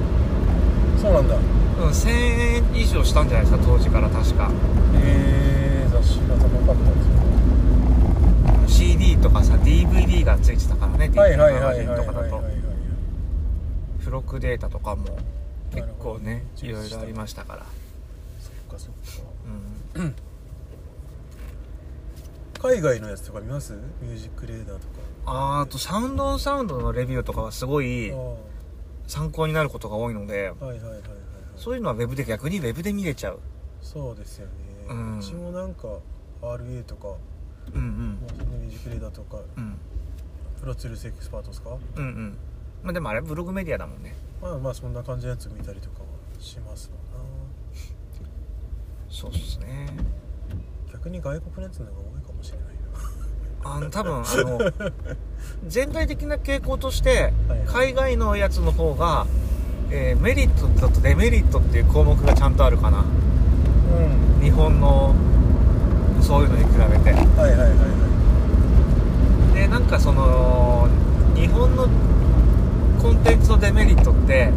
[SPEAKER 2] そうなんだ
[SPEAKER 1] うん1000円以上したんじゃないですか当時から確か
[SPEAKER 2] えー、雑誌が高かったんですよ
[SPEAKER 1] CD とかさ DVD がついてたからね DT
[SPEAKER 2] はいはい
[SPEAKER 1] マ
[SPEAKER 2] は
[SPEAKER 1] ガ
[SPEAKER 2] いは
[SPEAKER 1] ジ
[SPEAKER 2] い
[SPEAKER 1] ン
[SPEAKER 2] はい
[SPEAKER 1] と
[SPEAKER 2] はい
[SPEAKER 1] か
[SPEAKER 2] は
[SPEAKER 1] だ
[SPEAKER 2] い
[SPEAKER 1] と付録データとかも結構ね
[SPEAKER 2] ないるほ
[SPEAKER 1] ろ
[SPEAKER 2] ど
[SPEAKER 1] いろありましたから
[SPEAKER 2] そっかそっ
[SPEAKER 1] うん
[SPEAKER 2] か海外のやつとか見ますミュージックレーダーとか
[SPEAKER 1] あーあとサウンドオンサウンドのレビューとかはすごい
[SPEAKER 2] あ
[SPEAKER 1] 参考になることが多いので
[SPEAKER 2] あはいはいはいはいはい
[SPEAKER 1] そういうのはウェブで逆にウェブで見れちゃう
[SPEAKER 2] そうですよね、
[SPEAKER 1] うん
[SPEAKER 2] うちもなんか RA とか、ま
[SPEAKER 1] うん
[SPEAKER 2] あ、そのミュージックレーダーとか
[SPEAKER 1] うんうん
[SPEAKER 2] プロツールスエクスパートですか
[SPEAKER 1] うんうんまあでもあれブログメディアだもんね
[SPEAKER 2] まあまあそんな感じのやつ見たりとかはしますもん
[SPEAKER 1] そうですね
[SPEAKER 2] な逆に外国のやつの方が多いかもしれない
[SPEAKER 1] あの多分あ
[SPEAKER 2] [laughs]
[SPEAKER 1] の全体的な傾向として
[SPEAKER 2] はい
[SPEAKER 1] 海外のやつの方が、えーメリットとデメリットっていう項目がちゃんとあるかな
[SPEAKER 2] なうん
[SPEAKER 1] 日本のそういうのに比べて
[SPEAKER 2] はいはいはいは
[SPEAKER 1] でなんかその日本のコンテンツのデメリットって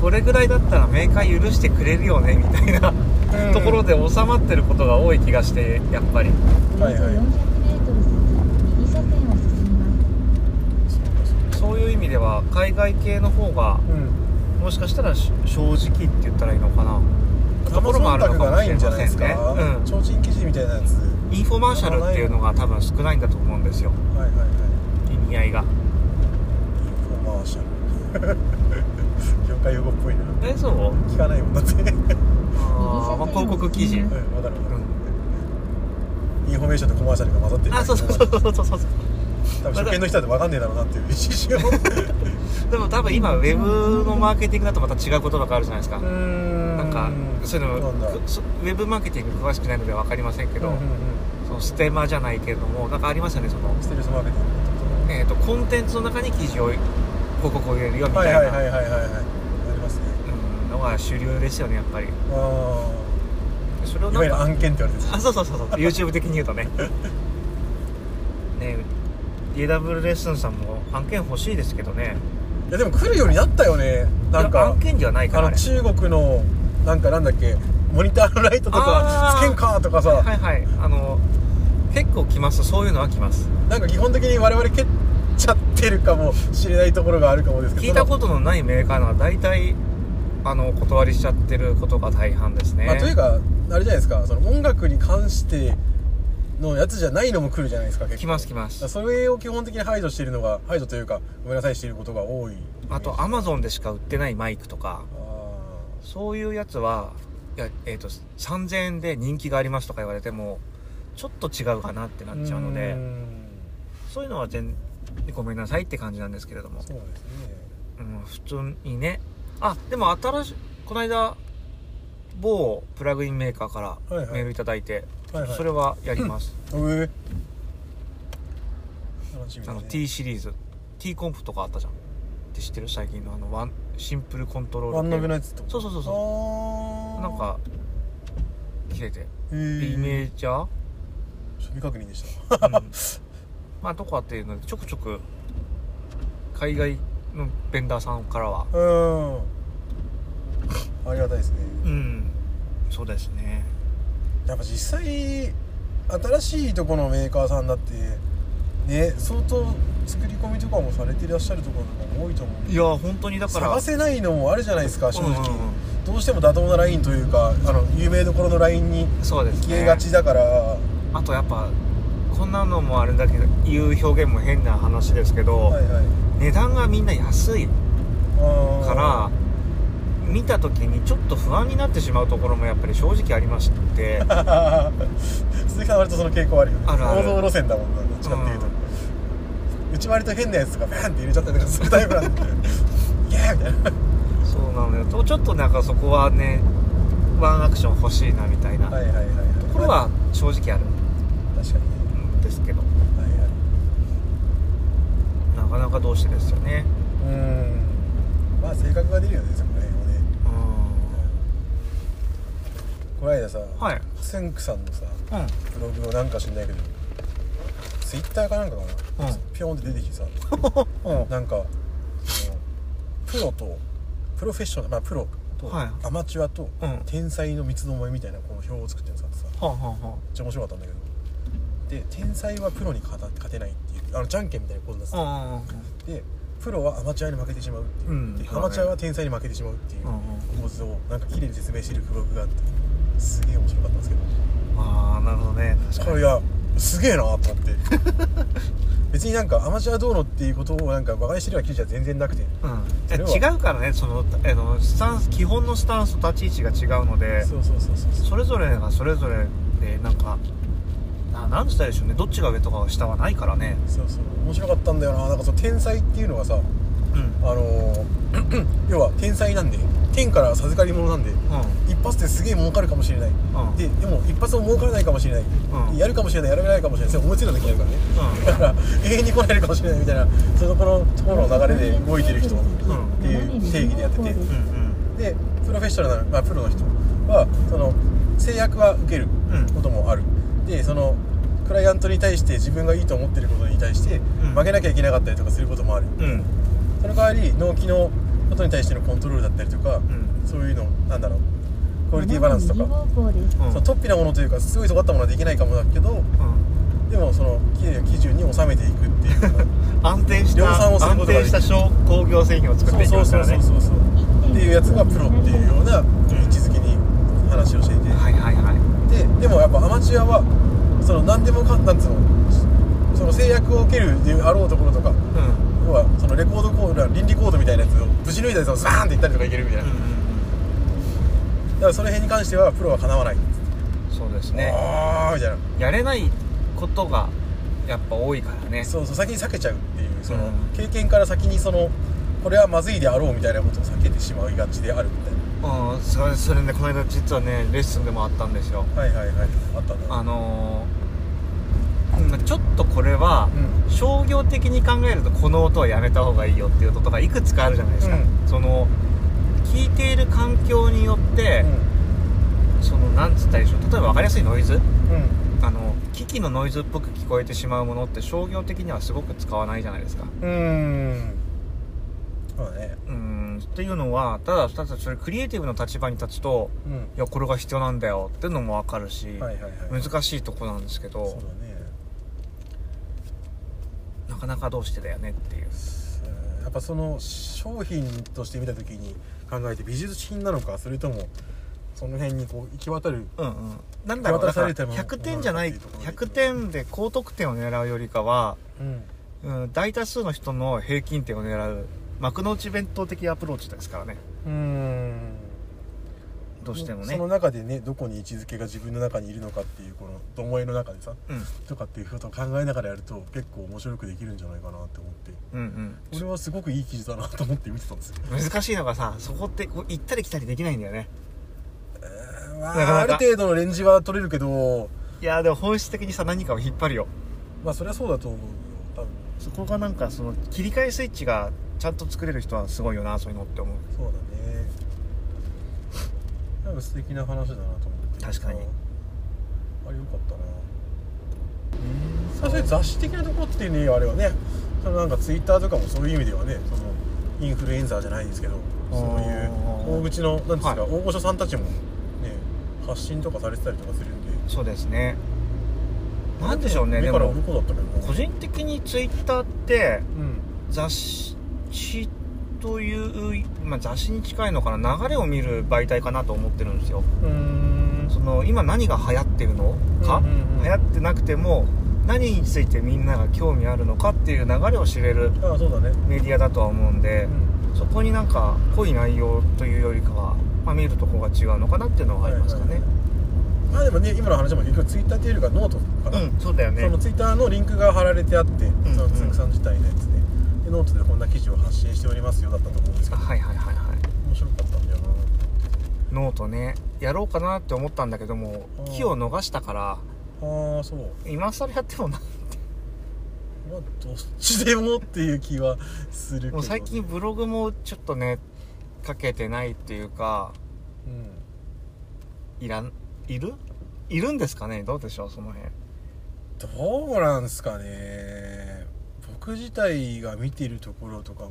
[SPEAKER 1] これぐらいだったらメーカー許してくれるよねみたいな
[SPEAKER 2] うんうん
[SPEAKER 1] ところで収まってることが多い気がしてやっぱり
[SPEAKER 3] およそ400メートル先、右車線を進みます。
[SPEAKER 2] うんそうかそうか
[SPEAKER 1] そういう意味では海外系の方が
[SPEAKER 2] うん
[SPEAKER 1] もしかしたらし正直って言ったらいいのかなところもあるのかもしれませんね
[SPEAKER 2] うん提灯記事みたいなやつは
[SPEAKER 1] インフォマーシャルっていうのが多分少ないんだと思うんですよ
[SPEAKER 2] いはいはい
[SPEAKER 1] 意味合いが
[SPEAKER 2] インフォマーシャル [laughs] 業界用語っぽいな
[SPEAKER 1] えそう
[SPEAKER 2] 聞かないもんだってうん
[SPEAKER 1] あー、まあ、広告記事
[SPEAKER 2] わかるわかるインフォメーションとコマーシャルが混ざってる
[SPEAKER 1] あそうそうそうそうそうそう
[SPEAKER 2] 多分初見の人だって分かんねえだろうなっていう一瞬を
[SPEAKER 1] でも多分今ウェブのマーケティングだとまた違う言葉があるじゃないですか
[SPEAKER 2] ん
[SPEAKER 1] なんかそういうの
[SPEAKER 2] なんだ
[SPEAKER 1] くそウェブマーケティング詳しくないので分かりませんけど、
[SPEAKER 2] うんうんうん
[SPEAKER 1] そのステマじゃないけれどもなんかありますよねその、
[SPEAKER 2] ステルスマーケティングってこ
[SPEAKER 1] えー、とコンテンツの中に記事を広告を入れるよみ
[SPEAKER 2] とは
[SPEAKER 1] たい
[SPEAKER 2] いはいはい
[SPEAKER 1] な
[SPEAKER 2] はいはいはいありますね
[SPEAKER 1] うんのが主流ですよねやっぱり
[SPEAKER 2] あ
[SPEAKER 1] それを
[SPEAKER 2] あいわ
[SPEAKER 1] なん
[SPEAKER 2] ゆる
[SPEAKER 1] か
[SPEAKER 2] 案件って言われてる
[SPEAKER 1] あそうそうそうそう YouTube 的に言うとねね DW レッスンさんも案件欲しいですけどね
[SPEAKER 2] いやでも来るようになったよねなん
[SPEAKER 1] いや
[SPEAKER 2] か
[SPEAKER 1] 案件ではないか
[SPEAKER 2] あ
[SPEAKER 1] ら
[SPEAKER 2] の
[SPEAKER 1] あれ
[SPEAKER 2] 中国のなんかなんだっけモニターのライトと
[SPEAKER 1] あ
[SPEAKER 2] か
[SPEAKER 1] ー
[SPEAKER 2] つけんかとかさ、
[SPEAKER 1] はいはいあの結構来ますそういうのは来ます
[SPEAKER 2] なんか基本的に我々蹴っちゃってるかもしれないところがあるかもですけど
[SPEAKER 1] 聞いたこととのないメーカーなら大体あのお断りしちゃってることが大半ですね、
[SPEAKER 2] まあ、というかあれじゃないですかその音楽に関してのやつじゃないのも来るじゃないですか結構
[SPEAKER 1] 来ます来ま
[SPEAKER 2] だか
[SPEAKER 1] す
[SPEAKER 2] らそれを基本的に排除しているのが排除というかごめんなさいしていることが多い
[SPEAKER 1] あとアマゾンでしか売ってないマイクとか
[SPEAKER 2] あー
[SPEAKER 1] そういうやつはいや、えー、と3000円で人気がありますとか言われてもちょっと違うかなってなっちゃうので
[SPEAKER 2] ーん
[SPEAKER 1] そういうのは全ごめんなさいって感じなんですけれども、
[SPEAKER 2] そうですね
[SPEAKER 1] うん、普通にねあでも新しいこの間某プラグインメーカーから
[SPEAKER 2] はいはい
[SPEAKER 1] メールいただいて、
[SPEAKER 2] はいはい
[SPEAKER 1] それはやります、
[SPEAKER 2] うえ楽しみ
[SPEAKER 1] あ
[SPEAKER 2] だ
[SPEAKER 1] の
[SPEAKER 2] ね
[SPEAKER 1] T シリーズ T コンプとかあったじゃんって知ってる最近のあのワンシンプルコントロール
[SPEAKER 2] ワンノブの
[SPEAKER 1] い
[SPEAKER 2] やつってこと
[SPEAKER 1] そうそうそうそ
[SPEAKER 2] そう
[SPEAKER 1] なんか切れて
[SPEAKER 2] イ
[SPEAKER 1] イメージャー、
[SPEAKER 2] 初見確認でした [laughs]
[SPEAKER 1] うん、まあどこかっていうのでちょくちょく海外のベンダーさんからは
[SPEAKER 2] うんありがたいですね
[SPEAKER 1] うんそうですね
[SPEAKER 2] やっぱ実際新しいとこのメーカーさんだってね相当作り込みとかもされていらっしゃるところとかも多いと思うんで
[SPEAKER 1] いや本当にだから
[SPEAKER 2] 探せないのもあるじゃないですか正直、
[SPEAKER 1] うんうんうん
[SPEAKER 2] どうしても妥当なラインというかあの有名どころのラインに
[SPEAKER 1] そうです
[SPEAKER 2] 消え
[SPEAKER 1] ね
[SPEAKER 2] がちだから、
[SPEAKER 1] あとやっぱこんなのもあれだけど言う表現も変な話ですけど、
[SPEAKER 2] はいはい
[SPEAKER 1] 値段がみんな安い
[SPEAKER 2] あー
[SPEAKER 1] から見た時にちょっと不安になってしまうところもやっぱり正直ありまして
[SPEAKER 2] 鈴木さん割とその傾向あるよね
[SPEAKER 1] あるある
[SPEAKER 2] 王道路線だもんな [laughs] どっちかっていうと、うち割と変なやつとかバーンって入れちゃったりとかするタイプなんでイエーイみたいな
[SPEAKER 1] そうなのよとちょっとなんかそこはねワンアクション欲しいなみたいな
[SPEAKER 2] はいはいはいはい
[SPEAKER 1] ところは正直ある
[SPEAKER 2] 確かにね
[SPEAKER 1] うんですけど
[SPEAKER 2] はいはい
[SPEAKER 1] なかなかどうしてですよね
[SPEAKER 2] うんまあ性格が出るよねそこら辺はね
[SPEAKER 1] うん
[SPEAKER 2] この間さ、
[SPEAKER 1] はい
[SPEAKER 2] ハセンクさんのさ
[SPEAKER 1] うん
[SPEAKER 2] ブログをなんか知んないけどツイッターかなんかかな、
[SPEAKER 1] うん
[SPEAKER 2] ピョーンって出てきてさ
[SPEAKER 1] うん
[SPEAKER 2] なんかそのプロとプロフェッショナルまあプロと
[SPEAKER 1] はい
[SPEAKER 2] アマチュアと
[SPEAKER 1] うん
[SPEAKER 2] 天才の三つどもえみたいなこの表を作ってるのささめっ
[SPEAKER 1] はあ、はあは
[SPEAKER 2] ちゃ面白かったんだけどで天才はプロに勝た勝てないっていうあのじゃんけんみたいなことださ
[SPEAKER 1] あ、
[SPEAKER 2] でプロはアマチュアに負けてしまうっていう、
[SPEAKER 1] うん
[SPEAKER 2] で
[SPEAKER 1] そうだ
[SPEAKER 2] ア
[SPEAKER 1] ね
[SPEAKER 2] マチュアは天才に負けてしまうっていう
[SPEAKER 1] うん
[SPEAKER 2] 構図をなんか綺麗に説明してるブログがあってすげえ面白かったんですけど
[SPEAKER 1] うん、ああなるほどね確か
[SPEAKER 2] こ
[SPEAKER 1] に
[SPEAKER 2] れいやすげえなと思って [laughs] 別になんかアマチュアどうのっていうことをなんか馬鹿にしてるような記事は全然なくて
[SPEAKER 1] うん
[SPEAKER 2] それは
[SPEAKER 1] え、違うからねそのあのスタンス基本のスタンスと立ち位置が違うので
[SPEAKER 2] そうそうそうそう
[SPEAKER 1] それぞれがそれぞれでなんかななんつったらいいでしょうねどっちが上とか下はないからね
[SPEAKER 2] そうそう面白かったんだよななんかその天才っていうのはさ
[SPEAKER 1] うん
[SPEAKER 2] あのー [clears throat] 要は天才なんで天から授かり物なんで
[SPEAKER 1] う
[SPEAKER 2] 一発ですげえ儲かるかもしれない、
[SPEAKER 1] ん
[SPEAKER 2] ででも一発も儲からないかもしれない、
[SPEAKER 1] うん
[SPEAKER 2] やるかもしれないやらないかもしれないそれ思いついた時にやるからねだから永遠に来られるかもしれないみたいなそのこのところの流れで動いてる人
[SPEAKER 3] って
[SPEAKER 2] いう定義でやってて
[SPEAKER 1] うんうん
[SPEAKER 2] でプロフェッショナルな、まあ、プロの人はその制約は受けることもある、でそのクライアントに対して自分がいいと思ってることに対して
[SPEAKER 1] ん
[SPEAKER 2] 負けなきゃいけなかったりとかすることもある、
[SPEAKER 1] うんうん
[SPEAKER 2] その代わり納期のことに対してのコントロールだったりとか、
[SPEAKER 1] ん
[SPEAKER 2] そういうのなんだろうクオリティバランスとか、
[SPEAKER 1] うん
[SPEAKER 2] その突飛なものというかすごい尖ったものはできないかもだけど
[SPEAKER 1] うん
[SPEAKER 2] でもそのき基準に収めていくっていうか
[SPEAKER 1] 安定し
[SPEAKER 2] 量
[SPEAKER 1] た
[SPEAKER 2] 産をするこ
[SPEAKER 1] 安
[SPEAKER 2] とがで
[SPEAKER 1] 定
[SPEAKER 2] き
[SPEAKER 1] した
[SPEAKER 2] る
[SPEAKER 1] 商工業製品を作っていき
[SPEAKER 2] そう
[SPEAKER 1] ます
[SPEAKER 2] そ
[SPEAKER 1] か
[SPEAKER 2] う
[SPEAKER 1] らね
[SPEAKER 2] そうそうそうっていうやつがプロっていうような位置づけに話をしていて、
[SPEAKER 1] はいはいはい
[SPEAKER 2] ででもやっぱアマチュアはその何でもかんなんつうのその制約を受けるであろうところとか
[SPEAKER 1] うんうん
[SPEAKER 2] 要はそのレコードコード倫理コードみたいなやつをぶち抜いたやつをスバーンっていったりとかいけるみたいな、
[SPEAKER 1] うん
[SPEAKER 2] だからその辺に関してはプロはかなわない、
[SPEAKER 1] うんそうですね
[SPEAKER 2] ああみたいな
[SPEAKER 1] やれないことがやっぱ多いからね
[SPEAKER 2] そうそう先に避けちゃうっていうその、
[SPEAKER 1] うん
[SPEAKER 2] 経験から先にそのこれはまずいであろうみたいなことを避けてしまいがちであるみたい
[SPEAKER 1] うんそれそれねこの間実はねレッスンでもあったんですよ
[SPEAKER 2] なはいはいはいあったんだ
[SPEAKER 1] あのーうんちょっとこれは
[SPEAKER 2] う
[SPEAKER 1] 商業的に考えるとこの音はやめた方がいいよっていう音とかいくつかあるじゃないですか、
[SPEAKER 2] う
[SPEAKER 1] その聞いている環境によって、そのなんつったらいいでしょう例えば分かりやすいノイズ
[SPEAKER 2] うんうん
[SPEAKER 1] あの機器のノイズっぽく聞こえてしまうものって商業的にはすごく使わないじゃないですか
[SPEAKER 2] うーんそうだね
[SPEAKER 1] うんっていうのはただただそれクリエイティブの立場に立つと
[SPEAKER 2] うん
[SPEAKER 1] いやこれが必要なんだよっていうのも分かるし、
[SPEAKER 2] はいはいはい
[SPEAKER 1] 難しいとこなんですけ
[SPEAKER 2] そう
[SPEAKER 1] ど
[SPEAKER 2] だね
[SPEAKER 1] なかなかどうしてだよねっていう
[SPEAKER 2] うんやっぱその商品として見た時に考えて美術品なのかそれともその辺にこう行き渡る
[SPEAKER 1] うんうんなんだろう
[SPEAKER 2] 手
[SPEAKER 1] だか
[SPEAKER 2] 渡さ
[SPEAKER 1] ら
[SPEAKER 2] れても
[SPEAKER 1] 100点じゃない
[SPEAKER 2] どうなのかっていうと
[SPEAKER 1] 100
[SPEAKER 2] ころ
[SPEAKER 1] 点で高得点を狙うよりかは、
[SPEAKER 2] うん
[SPEAKER 1] うん、大多数の人の平均点を狙う幕の内弁当的アプローチですからね
[SPEAKER 2] ん
[SPEAKER 1] どうしてもね
[SPEAKER 2] その中でねどこに位置づけが自分の中にいるのかっていうこのどもえの中でさ
[SPEAKER 1] うん
[SPEAKER 2] とかっていうことを考えながらやると結構面白くできるんじゃないかなって思って
[SPEAKER 1] うん
[SPEAKER 2] 俺はすごくいい記事だなと思って見てたんですよ
[SPEAKER 1] うん難しいのがさそこってこう行ったり来たりできないんだよね
[SPEAKER 2] まあ
[SPEAKER 1] なかなか
[SPEAKER 2] ある程度のレンジは取れるけど
[SPEAKER 1] いやーでも本質的にさ何かを引っ張るよ
[SPEAKER 2] まあそれはそうだと思うよ多分
[SPEAKER 1] そこがなんかその切り替えスイッチがちゃんと作れる人はすごいよなそういうのって思う
[SPEAKER 2] そうだねなんか素敵な話だなと思って
[SPEAKER 1] 確かに
[SPEAKER 2] あれよかったなさあそういう雑誌的なところってねあれはねそのなんかツイッターとかもそういう意味ではねそのインフルエンサーじゃないですけどそういう大口のなんですか、
[SPEAKER 1] は
[SPEAKER 2] 大御所さんたちもね発信とかされてたりとかするんで
[SPEAKER 1] そうですねなんでしょうね
[SPEAKER 2] 目
[SPEAKER 1] で
[SPEAKER 2] から
[SPEAKER 1] も
[SPEAKER 2] 鱗だったけどな
[SPEAKER 1] 個人的にツイッターって
[SPEAKER 2] うん
[SPEAKER 1] 雑誌という、まあ、雑誌に近いのかな流れを見る媒体かなと思ってるんですよ
[SPEAKER 2] うーん
[SPEAKER 1] その今何が流行ってるのか、
[SPEAKER 2] うんうんうん
[SPEAKER 1] 流行ってなくても何についてみんなが興味あるのかっていう流れを知れる
[SPEAKER 2] ああそうだね
[SPEAKER 1] メディアだとは思うんで、そこになんか濃い内容というよりかは、まあ、見るとこが違うのかなっていうのはありますかね、
[SPEAKER 2] はいはいまあでもね今の話も結局ツイッターっていうよりかノートかな、
[SPEAKER 1] うんそうだよ
[SPEAKER 2] その
[SPEAKER 1] ね
[SPEAKER 2] ツイッターのリンクが貼られてあって、
[SPEAKER 1] ん
[SPEAKER 2] そのつんくさん自体のやつででノートでこんな記事を発信しておりますよだったと思うんですけど
[SPEAKER 1] はいはいはいはい
[SPEAKER 2] 面白かったんだよな
[SPEAKER 1] ノートねやろうかなって思ったんだけども
[SPEAKER 2] うん
[SPEAKER 1] 木を逃したから
[SPEAKER 2] ああそう
[SPEAKER 1] 今更やってもな
[SPEAKER 2] まあどっちでもっていう気はするけど、
[SPEAKER 1] もう最近ブログもちょっとねかけてないっていうか
[SPEAKER 2] うん
[SPEAKER 1] いらんいるいるんですかねどうでしょうその辺
[SPEAKER 2] どうなんすかね僕自体が見てるところとかも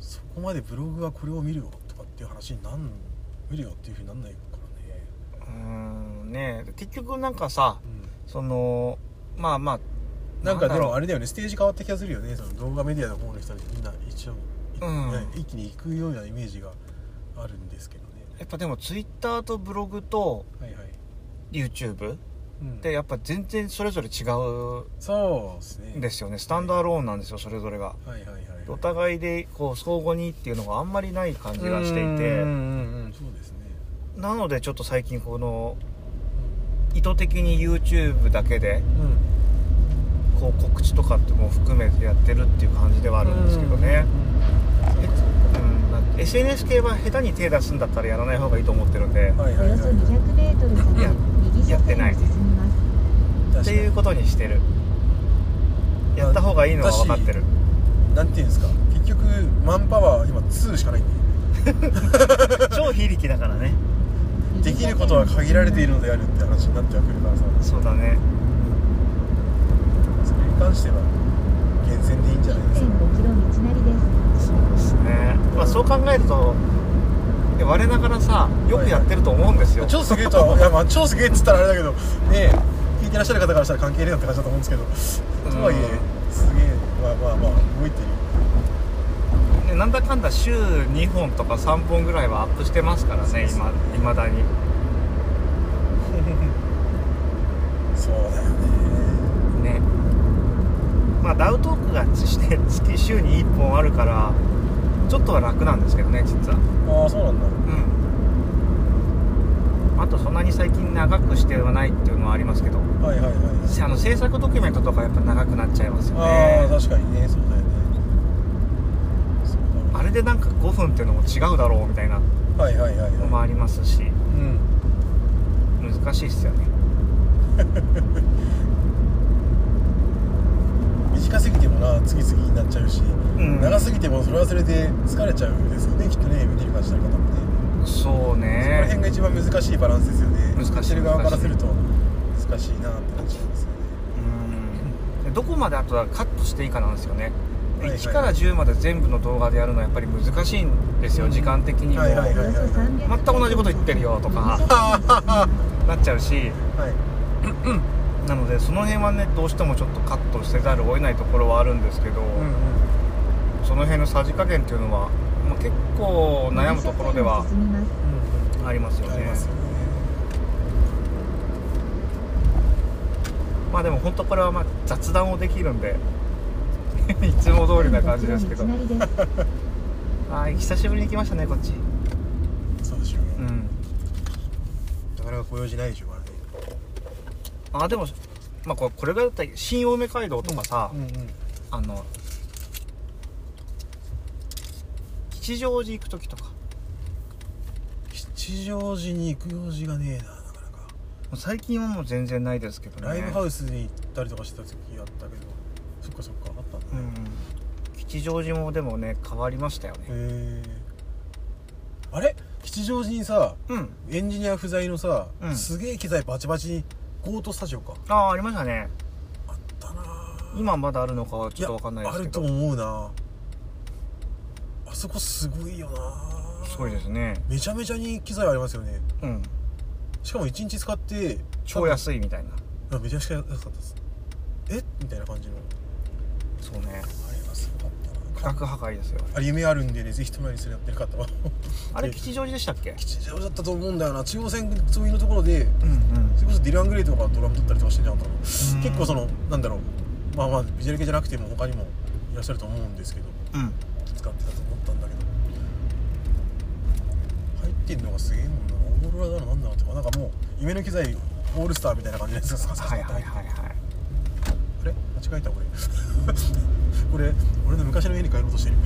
[SPEAKER 2] そこまでブログはこれを見るよとかっていう話になん見るよっていうふうになんないからね、
[SPEAKER 1] うーんねえ結局なんかさそのまあまあ
[SPEAKER 2] なんかで
[SPEAKER 1] だろう
[SPEAKER 2] もあれだよねステージ変わった気がするよねその動画メディアの方の人たちみんな一応、
[SPEAKER 1] うん
[SPEAKER 2] ね一気に行くようなイメージがあるんですけどね
[SPEAKER 1] やっぱでもツイッターとブログと
[SPEAKER 2] はいはい、
[SPEAKER 1] YouTube っ
[SPEAKER 2] うん
[SPEAKER 1] てやっぱ全然それぞれ違
[SPEAKER 2] そうですね
[SPEAKER 1] うんですよねスタンドアローンなんですよそれぞれが
[SPEAKER 2] はいはいはいはい
[SPEAKER 1] お互いでこう相互にっていうのがあんまりない感じがしていて
[SPEAKER 2] うんうんうんうんそうですね
[SPEAKER 1] なのでちょっと最近この意図的に YouTube だけで
[SPEAKER 2] うん
[SPEAKER 1] こう告知とかっても含めてやってるっていう感じではあるんですけどね、
[SPEAKER 2] うんそうかそうか
[SPEAKER 1] うんだって SNS 系は下手に手出すんだったらやらない方がいいと思ってるんで、
[SPEAKER 2] はい
[SPEAKER 3] お
[SPEAKER 2] はいは
[SPEAKER 3] よ
[SPEAKER 2] い
[SPEAKER 3] そ200メートル
[SPEAKER 1] いや
[SPEAKER 3] 先、右車線を進みます。
[SPEAKER 2] 確
[SPEAKER 1] って
[SPEAKER 2] かに
[SPEAKER 1] いうことにしてるやった方がいいのは分かってる
[SPEAKER 2] なんていうんですか結局マンパワー今2しかないんで
[SPEAKER 1] [laughs] 超非力だからね
[SPEAKER 2] できることは限られているのであるって話になっちゃうからさ
[SPEAKER 1] そうだね
[SPEAKER 2] それに関しては厳選でいいんじゃないですか
[SPEAKER 3] 1.5キロ道なりです。
[SPEAKER 1] そうですね、まあ、そう考えるといや我ながらさよくやってると思うんですよ、
[SPEAKER 2] 超すげえと [laughs] はいやまあ超すげえっつったらあれだけどねえ聞いてらっしゃる方からしたら関係ねえなって感じだと思うんですけどとはいえすげえまあまあまあ動いてる
[SPEAKER 1] でなんだかんだ週2本とか3本ぐらいはアップしてますからね今いまだに
[SPEAKER 2] そうだよね
[SPEAKER 1] ねまあダウトークがして月週に1本あるからちょっとは楽なんですけどね実は
[SPEAKER 2] ああそうなんだ
[SPEAKER 1] うんあとそんなに最近長くしてはないっていうのはありますけど
[SPEAKER 2] はいはいはい
[SPEAKER 1] せあの制作ドキュメントとかやっぱ長くなっちゃいますよ
[SPEAKER 2] ああ
[SPEAKER 1] ね
[SPEAKER 2] 確かにねそうだよねそう
[SPEAKER 1] あ
[SPEAKER 2] だわ
[SPEAKER 1] れでなんか5分っていうのも違うだろうみたいな
[SPEAKER 2] はいはいはい
[SPEAKER 1] の
[SPEAKER 2] は
[SPEAKER 1] もありますし
[SPEAKER 2] いうん
[SPEAKER 1] 難しいっすよね
[SPEAKER 2] 短すぎてもな次々になっちゃうし、
[SPEAKER 1] ん
[SPEAKER 2] 長すぎてもそれはそれで疲れちゃうんですよねきっとね見てる感じの方もね、
[SPEAKER 1] そう
[SPEAKER 2] そこら辺
[SPEAKER 1] ね
[SPEAKER 2] が一番難しいバランスですよね
[SPEAKER 1] 難しい
[SPEAKER 2] 見てる側からすると難しいなってなっちゃいますよね
[SPEAKER 1] うんでどこまであとはカットしていいかなんですよねで
[SPEAKER 2] はいはい
[SPEAKER 1] 1から10まで全部の動画でやるのはやっぱり難しいんですよ、
[SPEAKER 2] うん
[SPEAKER 1] 時間的にも、
[SPEAKER 2] はいはい
[SPEAKER 3] およそ300メートル
[SPEAKER 1] 全く同じこと言ってるよとかなっちゃうし
[SPEAKER 2] はい
[SPEAKER 1] なのでその辺はねどうしてもちょっとカットせざるを得ないところはあるんですけど、
[SPEAKER 2] うんうん
[SPEAKER 1] その辺のさじ加減っていうのは、まあ、結構悩むところでは
[SPEAKER 3] 右車線を進みます
[SPEAKER 1] あります
[SPEAKER 2] う
[SPEAKER 1] よ
[SPEAKER 2] んあり
[SPEAKER 1] ね
[SPEAKER 2] ますよね
[SPEAKER 1] まあでも本当これはまあ雑談をできるんで [laughs] いつも通りな感じですけど
[SPEAKER 3] 道なりです。
[SPEAKER 1] はい久しぶりに来ましたねこっち
[SPEAKER 2] そうでしょう、
[SPEAKER 1] うん
[SPEAKER 2] なかなかご用事ないでしょうからね
[SPEAKER 1] あでもまあこれこれがだったら新青梅街道とかさ、
[SPEAKER 2] うんうん
[SPEAKER 1] あの吉祥寺行く時とかも
[SPEAKER 2] 吉祥寺に行く用事がねえななかなか
[SPEAKER 1] う最近はもう全然ないですけどね
[SPEAKER 2] ライブハウスに行ったりとかしてた時あったけどそっかそっかあったんだね、
[SPEAKER 1] うん吉祥寺もでもね変わりましたよね
[SPEAKER 2] へえあれ吉祥寺にさ
[SPEAKER 1] うん
[SPEAKER 2] エンジニア不在のさ、
[SPEAKER 1] うん
[SPEAKER 2] すげえ機材バチバチにゴートスタジオか
[SPEAKER 1] ああありましたね
[SPEAKER 2] あったなぁ
[SPEAKER 1] 今まだあるのかはちょっとわかんないです
[SPEAKER 2] やあ
[SPEAKER 1] け
[SPEAKER 2] ると
[SPEAKER 1] ど
[SPEAKER 2] 思うなあそこすごいよな
[SPEAKER 1] すごいですね
[SPEAKER 2] めちゃめちゃに機材ありますよね
[SPEAKER 1] うん
[SPEAKER 2] しかも1日使って
[SPEAKER 1] 超安いみたいな
[SPEAKER 2] 多分あめちゃくちゃ安かったですえみたいな感じの
[SPEAKER 1] そうね
[SPEAKER 2] あれはすごかっ
[SPEAKER 1] 価
[SPEAKER 2] たな
[SPEAKER 1] 格破壊ですよ
[SPEAKER 2] あれ夢あるんでねぜひ隣にそれやってる方は
[SPEAKER 1] あれ吉祥寺でしたっけ
[SPEAKER 2] 吉祥寺だったと思うんだよな中央線沿いのところで
[SPEAKER 1] うんうん
[SPEAKER 2] それこそディラン・グレイとかがドラム取ったりとかしてなかったの結構そのなんだろうまあまあビジュアル系じゃなくても他にもいらっしゃると思うんですけど
[SPEAKER 1] うん
[SPEAKER 2] 使ってたと思ったんだけど入ってんのがすげえもんなオーロラだのなんだろうとかなんかもう夢の機材オールスターみたいな感じのやつがさ
[SPEAKER 1] はいはいはいはい
[SPEAKER 2] あれ間違えた俺 [laughs] これ俺の昔の家に帰ろうとしてる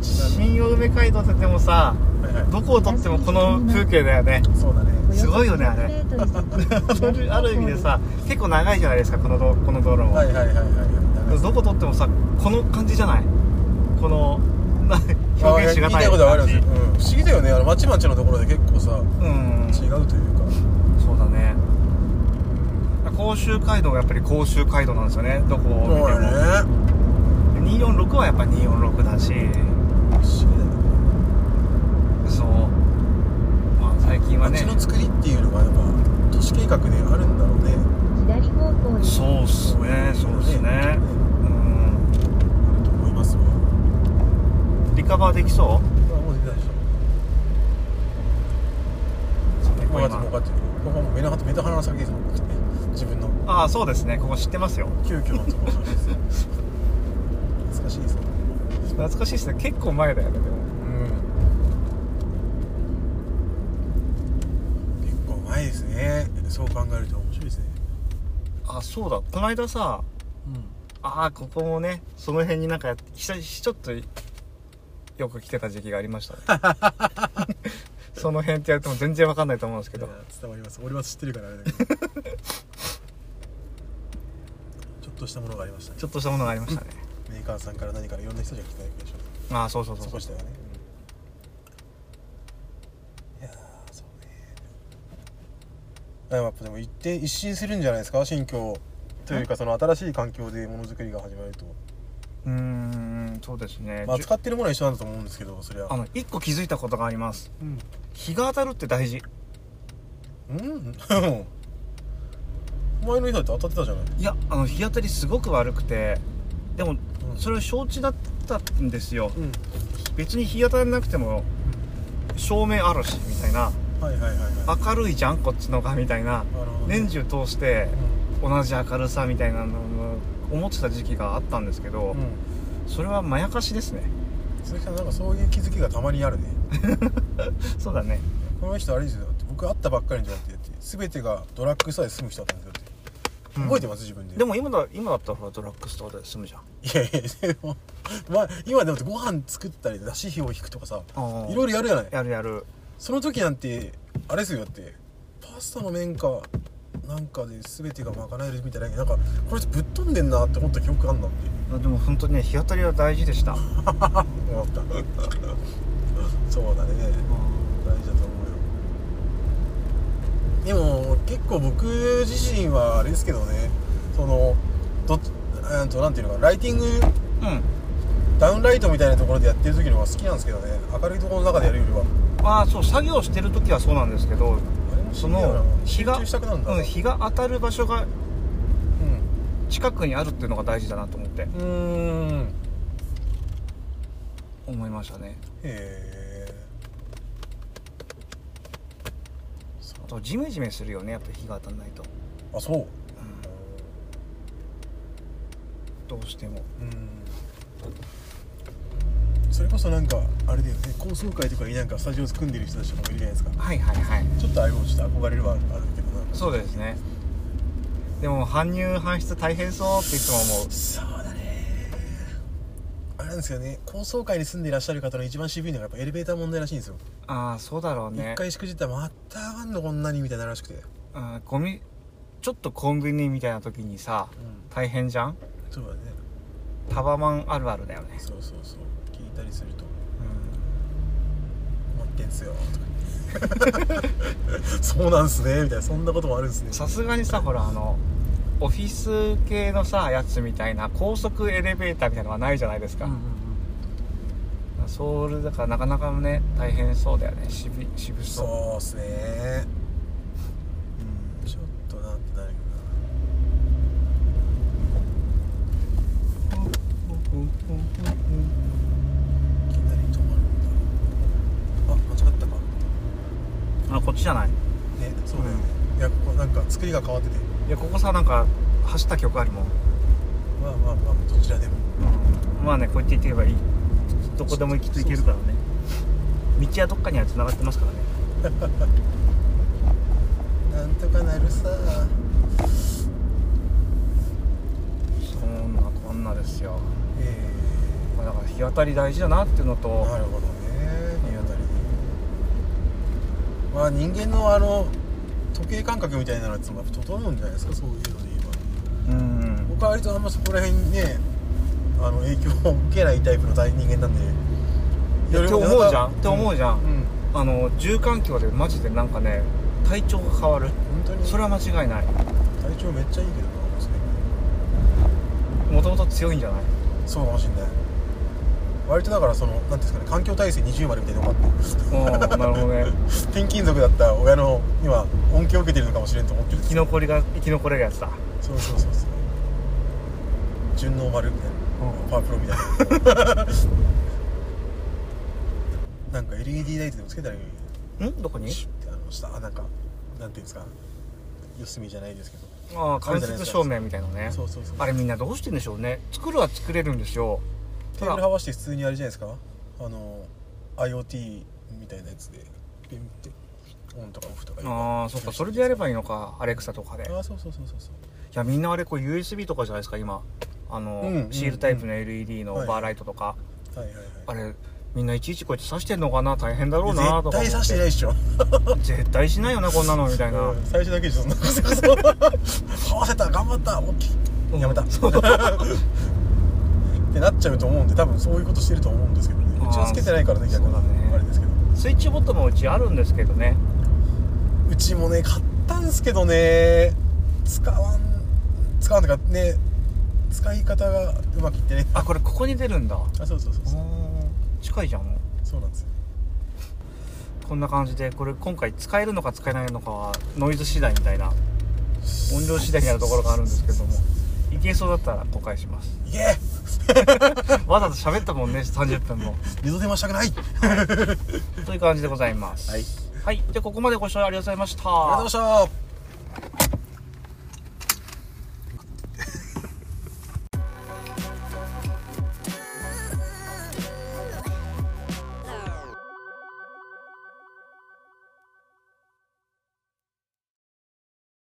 [SPEAKER 1] 新青久留米街道ってでもさ
[SPEAKER 2] はいはい
[SPEAKER 1] どこを撮ってもこの風景だよね
[SPEAKER 2] そうだね
[SPEAKER 1] すごいよねあれあ [laughs] るある意味でさ結構長いじゃないですかこの道この道路も、
[SPEAKER 2] はいはいはいはいはい
[SPEAKER 1] どこ撮ってもさこの感じじゃないこ
[SPEAKER 2] [laughs]
[SPEAKER 1] のな表現しが
[SPEAKER 2] あ
[SPEAKER 1] た
[SPEAKER 2] 言
[SPEAKER 1] い
[SPEAKER 2] いたいことはわかります、
[SPEAKER 1] 感
[SPEAKER 2] うん、不思議だよねあのまちまちのところで結構さ
[SPEAKER 1] じうん
[SPEAKER 2] 違うというか
[SPEAKER 1] そうだね甲州街道がやっぱり甲州街道なんですよねどこを見て
[SPEAKER 2] そう
[SPEAKER 1] も、
[SPEAKER 2] だね
[SPEAKER 1] 246はやっぱ246だし
[SPEAKER 2] 不思議だよね
[SPEAKER 1] そうまあ最近はね
[SPEAKER 2] 街の作りっていうのがやっぱ都市計画であるんだろうね
[SPEAKER 3] 左方向です。
[SPEAKER 1] そうっすねそうっすねうん
[SPEAKER 2] あると思いますわあ
[SPEAKER 1] リカバーできそ
[SPEAKER 2] もうできないでし
[SPEAKER 1] う
[SPEAKER 2] ょもうかってもうかってるここはもう目の目と鼻の先ですもん自分の
[SPEAKER 1] ああそうですねここ知ってますよ
[SPEAKER 2] 急遽のところなんですよ懐かしいですね
[SPEAKER 1] 懐かしいですね結構前だよねでも
[SPEAKER 2] うん結構前ですねそう考えると面白いですね
[SPEAKER 1] あそうだこの間さああここもねその辺になんかやって久々ちょっとよく来てた時期がありましたね [laughs] その辺ってやっても全然わかんないと思うんですけ
[SPEAKER 2] いや
[SPEAKER 1] ど
[SPEAKER 2] 伝わります俺は知ってるからあれだ
[SPEAKER 1] [laughs]
[SPEAKER 2] けどちょっとしたものがありましたね
[SPEAKER 1] ちょっとしたものがありましたね
[SPEAKER 2] メーカーさんから何からいろんな人じゃ来てないわけでしょ
[SPEAKER 1] ああそうそうそう
[SPEAKER 2] そ
[SPEAKER 1] そ
[SPEAKER 2] こ
[SPEAKER 1] う
[SPEAKER 2] したよねいやーそうねあやっぱでも一定一新するんじゃないですか新居というかその新しい環境でものづくりが始まると、
[SPEAKER 1] うーんそうですね、
[SPEAKER 2] まあ、
[SPEAKER 1] じゅ
[SPEAKER 2] 使ってるものは一緒なんだと思うんですけどそりゃ
[SPEAKER 1] あの1個気づいたことがあります
[SPEAKER 2] うん
[SPEAKER 1] 日が当たるって大事
[SPEAKER 2] うん前の日だって当たってたじゃない、
[SPEAKER 1] いやあの日当たりすごく悪くてでも
[SPEAKER 2] うん
[SPEAKER 1] それを承知だったんですよ
[SPEAKER 2] うん
[SPEAKER 1] 別に日当たりなくても照明あるしみたいな
[SPEAKER 2] はいはいはいはい
[SPEAKER 1] 明るいじゃんこっちのがみたいな
[SPEAKER 2] なるほどね
[SPEAKER 1] 年中通して
[SPEAKER 2] う
[SPEAKER 1] 同じ明るさみたいなのを思ってた時期があったんですけど、
[SPEAKER 2] ん、うん
[SPEAKER 1] それはまやかしですね
[SPEAKER 2] 鈴木さんなんかそういう気づきがたまにあるね
[SPEAKER 1] そうだね
[SPEAKER 2] この人あれですよだって僕会ったばっかりの時だって全てがドラッグストアで住む人だったんですよだって
[SPEAKER 1] うん
[SPEAKER 2] 覚えてます自分で
[SPEAKER 1] でも今だ今だったらほらドラッグストアで済むじゃん
[SPEAKER 2] いやいやでも、まあ、今でもご飯作ったりだし費を引くとかさ
[SPEAKER 1] あー
[SPEAKER 2] いろいろやるじゃない
[SPEAKER 1] やるやる
[SPEAKER 2] その時なんてあれですよだってパスタの麺かなんかで全てが賄えるみたいななんかこれぶっ飛んでんなって思った記憶あんだって
[SPEAKER 1] あでも本当にね日当たりは大事でした
[SPEAKER 2] 思った [laughs] そうだね大事だと思うよでも結構僕自身はあれですけどねそのどっうんとなんていうのかなライティング
[SPEAKER 1] うん
[SPEAKER 2] ダウンライトみたいなところでやってる時の方が好きなんですけどね明るいところの中でやるよりは
[SPEAKER 1] ああそう作業してる時はそうなんですけど
[SPEAKER 2] あれも
[SPEAKER 1] そ
[SPEAKER 2] 不思議だよ
[SPEAKER 1] の日が
[SPEAKER 2] な集中したくなるんだ
[SPEAKER 1] うん、日が当たる場所が
[SPEAKER 2] う
[SPEAKER 1] 近くにあるっていうのが大事だなと思って
[SPEAKER 2] んうーんへ
[SPEAKER 1] 思いましたね
[SPEAKER 2] え
[SPEAKER 1] あとジメジメするよねやっぱ日が当たんないと、
[SPEAKER 2] あそう
[SPEAKER 1] どうしても
[SPEAKER 2] うんそれこそなんかあれだよね高層階とかになんかスタジオ組んでる人たちとかもいるじゃないですか
[SPEAKER 1] はいはいはい
[SPEAKER 2] ちょっとあれもちょっと憧れるはあるけどな
[SPEAKER 1] そうですねでも搬入搬出大変そうっていつも思う
[SPEAKER 2] そうだねあれなんですよね高層階に住んでいらっしゃる方の一番渋いのがやっぱエレベーター問題らしいんですよ
[SPEAKER 1] ああそうだろう
[SPEAKER 2] 一、
[SPEAKER 1] ね
[SPEAKER 2] 回しくじったらまた上がんのこんなにみたいになるらしくて
[SPEAKER 1] あーゴミちょっとコンビニみたいな時にさ
[SPEAKER 2] うん
[SPEAKER 1] 大変じゃん
[SPEAKER 2] そうだね
[SPEAKER 1] タワマンあるあるだよね、
[SPEAKER 2] そうそうそう聞いたりすると
[SPEAKER 1] うん、
[SPEAKER 2] 「待ってん [laughs] すよ」とかそうなんすね」みたいなそんなこともあるんすね
[SPEAKER 1] さすがにさほらあのオフィス系のさやつみたいな高速エレベーターみたいなのはないじゃないですか、
[SPEAKER 2] うんうん
[SPEAKER 1] ソウルだからなかなかね大変そうだよね渋い渋
[SPEAKER 2] うんそ
[SPEAKER 1] そう
[SPEAKER 2] っすね
[SPEAKER 1] う
[SPEAKER 2] ちょっとなんてなるよないきなり止まるんだあ間違ったか
[SPEAKER 1] あこっちじゃない
[SPEAKER 2] ねそうだよね、いやここなんか作りが変わってて
[SPEAKER 1] いやここさなんか走った曲あるもん、
[SPEAKER 2] まあまあまあどちらでも
[SPEAKER 1] まあねこうやって行けばいいどこでも行きと行けるからね道はどっかには繋がってますからね
[SPEAKER 2] なんとかなるさ
[SPEAKER 1] そんなこんなですよ
[SPEAKER 2] え
[SPEAKER 1] まあだから日当たり大事だなっていうの
[SPEAKER 2] え
[SPEAKER 1] と
[SPEAKER 2] なるほどねまあ人間のあの時計感覚みたいなのはつまり整うんじゃないですかそういうので言えば
[SPEAKER 1] うん
[SPEAKER 2] 僕は割とあんまそこら辺にねあの影響を受けないタイプの大人間なんで
[SPEAKER 1] いやって思うじゃんって思うじゃん
[SPEAKER 2] うん、うん
[SPEAKER 1] あの住環境でマジでなんかね体調が変わる
[SPEAKER 2] 本当に
[SPEAKER 1] それは間違いない
[SPEAKER 2] 体調めっちゃいいけどな確か
[SPEAKER 1] もともと強いん [laughs] じゃない
[SPEAKER 2] にそうかもしんない割とだからそのなんていうんですかね環境体制20までみたいなのがあって
[SPEAKER 1] う
[SPEAKER 2] [laughs]
[SPEAKER 1] んなるほどね
[SPEAKER 2] 転勤族だった親の今恩恵を受けてるのかもしれんと思ってるん
[SPEAKER 1] 生
[SPEAKER 2] で
[SPEAKER 1] き
[SPEAKER 2] すけど
[SPEAKER 1] 残りが生き残れるやつだ
[SPEAKER 2] そうそうそうそう順応丸みたい
[SPEAKER 1] う
[SPEAKER 2] な、
[SPEAKER 1] ん
[SPEAKER 2] パワープロみたい
[SPEAKER 1] [laughs]
[SPEAKER 2] ななんか LED ライトでもつけたらいいのに
[SPEAKER 1] んどこに
[SPEAKER 2] シュッてあの下あなんかなんていうんですか四隅じゃないですけど
[SPEAKER 1] ああ間接照明みたいなね
[SPEAKER 2] そうそうそう
[SPEAKER 1] あれみんなどうしてんでしょうね作るは作れるんですよ
[SPEAKER 2] テーブルはわして普通にあれじゃないですかあの IoT みたいなやつでピンってオンとかオフとか
[SPEAKER 1] ああそっかそれでやればいいのかアレクサとかでい
[SPEAKER 2] ああそうそうそうそうそう
[SPEAKER 1] やみんなあれこう USB とかじゃないですか今あの、
[SPEAKER 2] うん
[SPEAKER 1] シールタイプの LED の
[SPEAKER 2] はい
[SPEAKER 1] バーライトとか、
[SPEAKER 2] はいはいはい
[SPEAKER 1] あれみんないちいちこうやって刺してんのかな大変だろうなとか
[SPEAKER 2] 絶対刺してないでしょ、
[SPEAKER 1] 思って絶対しないよなこんなのみたいな、
[SPEAKER 2] 最初だけでしょそんなことそう合わせた頑張った大きいやめたっ
[SPEAKER 1] そう
[SPEAKER 2] てなっちゃうと思うんで多分そういうことしてると思うんですけどね
[SPEAKER 1] あー
[SPEAKER 2] うちはつけてないからね逆
[SPEAKER 1] そうだね
[SPEAKER 2] にあれですけど
[SPEAKER 1] スイッチボットもうちあるんですけどね
[SPEAKER 2] うちもね買ったんすけどね使わん使わんとかね使い方がうまくいってね
[SPEAKER 1] あこれここに出るんだ
[SPEAKER 2] あそうそうそうそう
[SPEAKER 1] 近いじゃんもう
[SPEAKER 2] そうなんですよ
[SPEAKER 1] こんな感じでこれ今回使えるのか使えないのかはノイズ次第みたいな音量次第になるところがあるんですけどもいけそうだったら公開します
[SPEAKER 2] いけ
[SPEAKER 1] わざと喋ったもんね30分も
[SPEAKER 2] 二度手間したくないありがとう
[SPEAKER 1] という感じでございます
[SPEAKER 2] はい、
[SPEAKER 1] はい、じゃあここまでご視聴ありがとうございました
[SPEAKER 2] ございました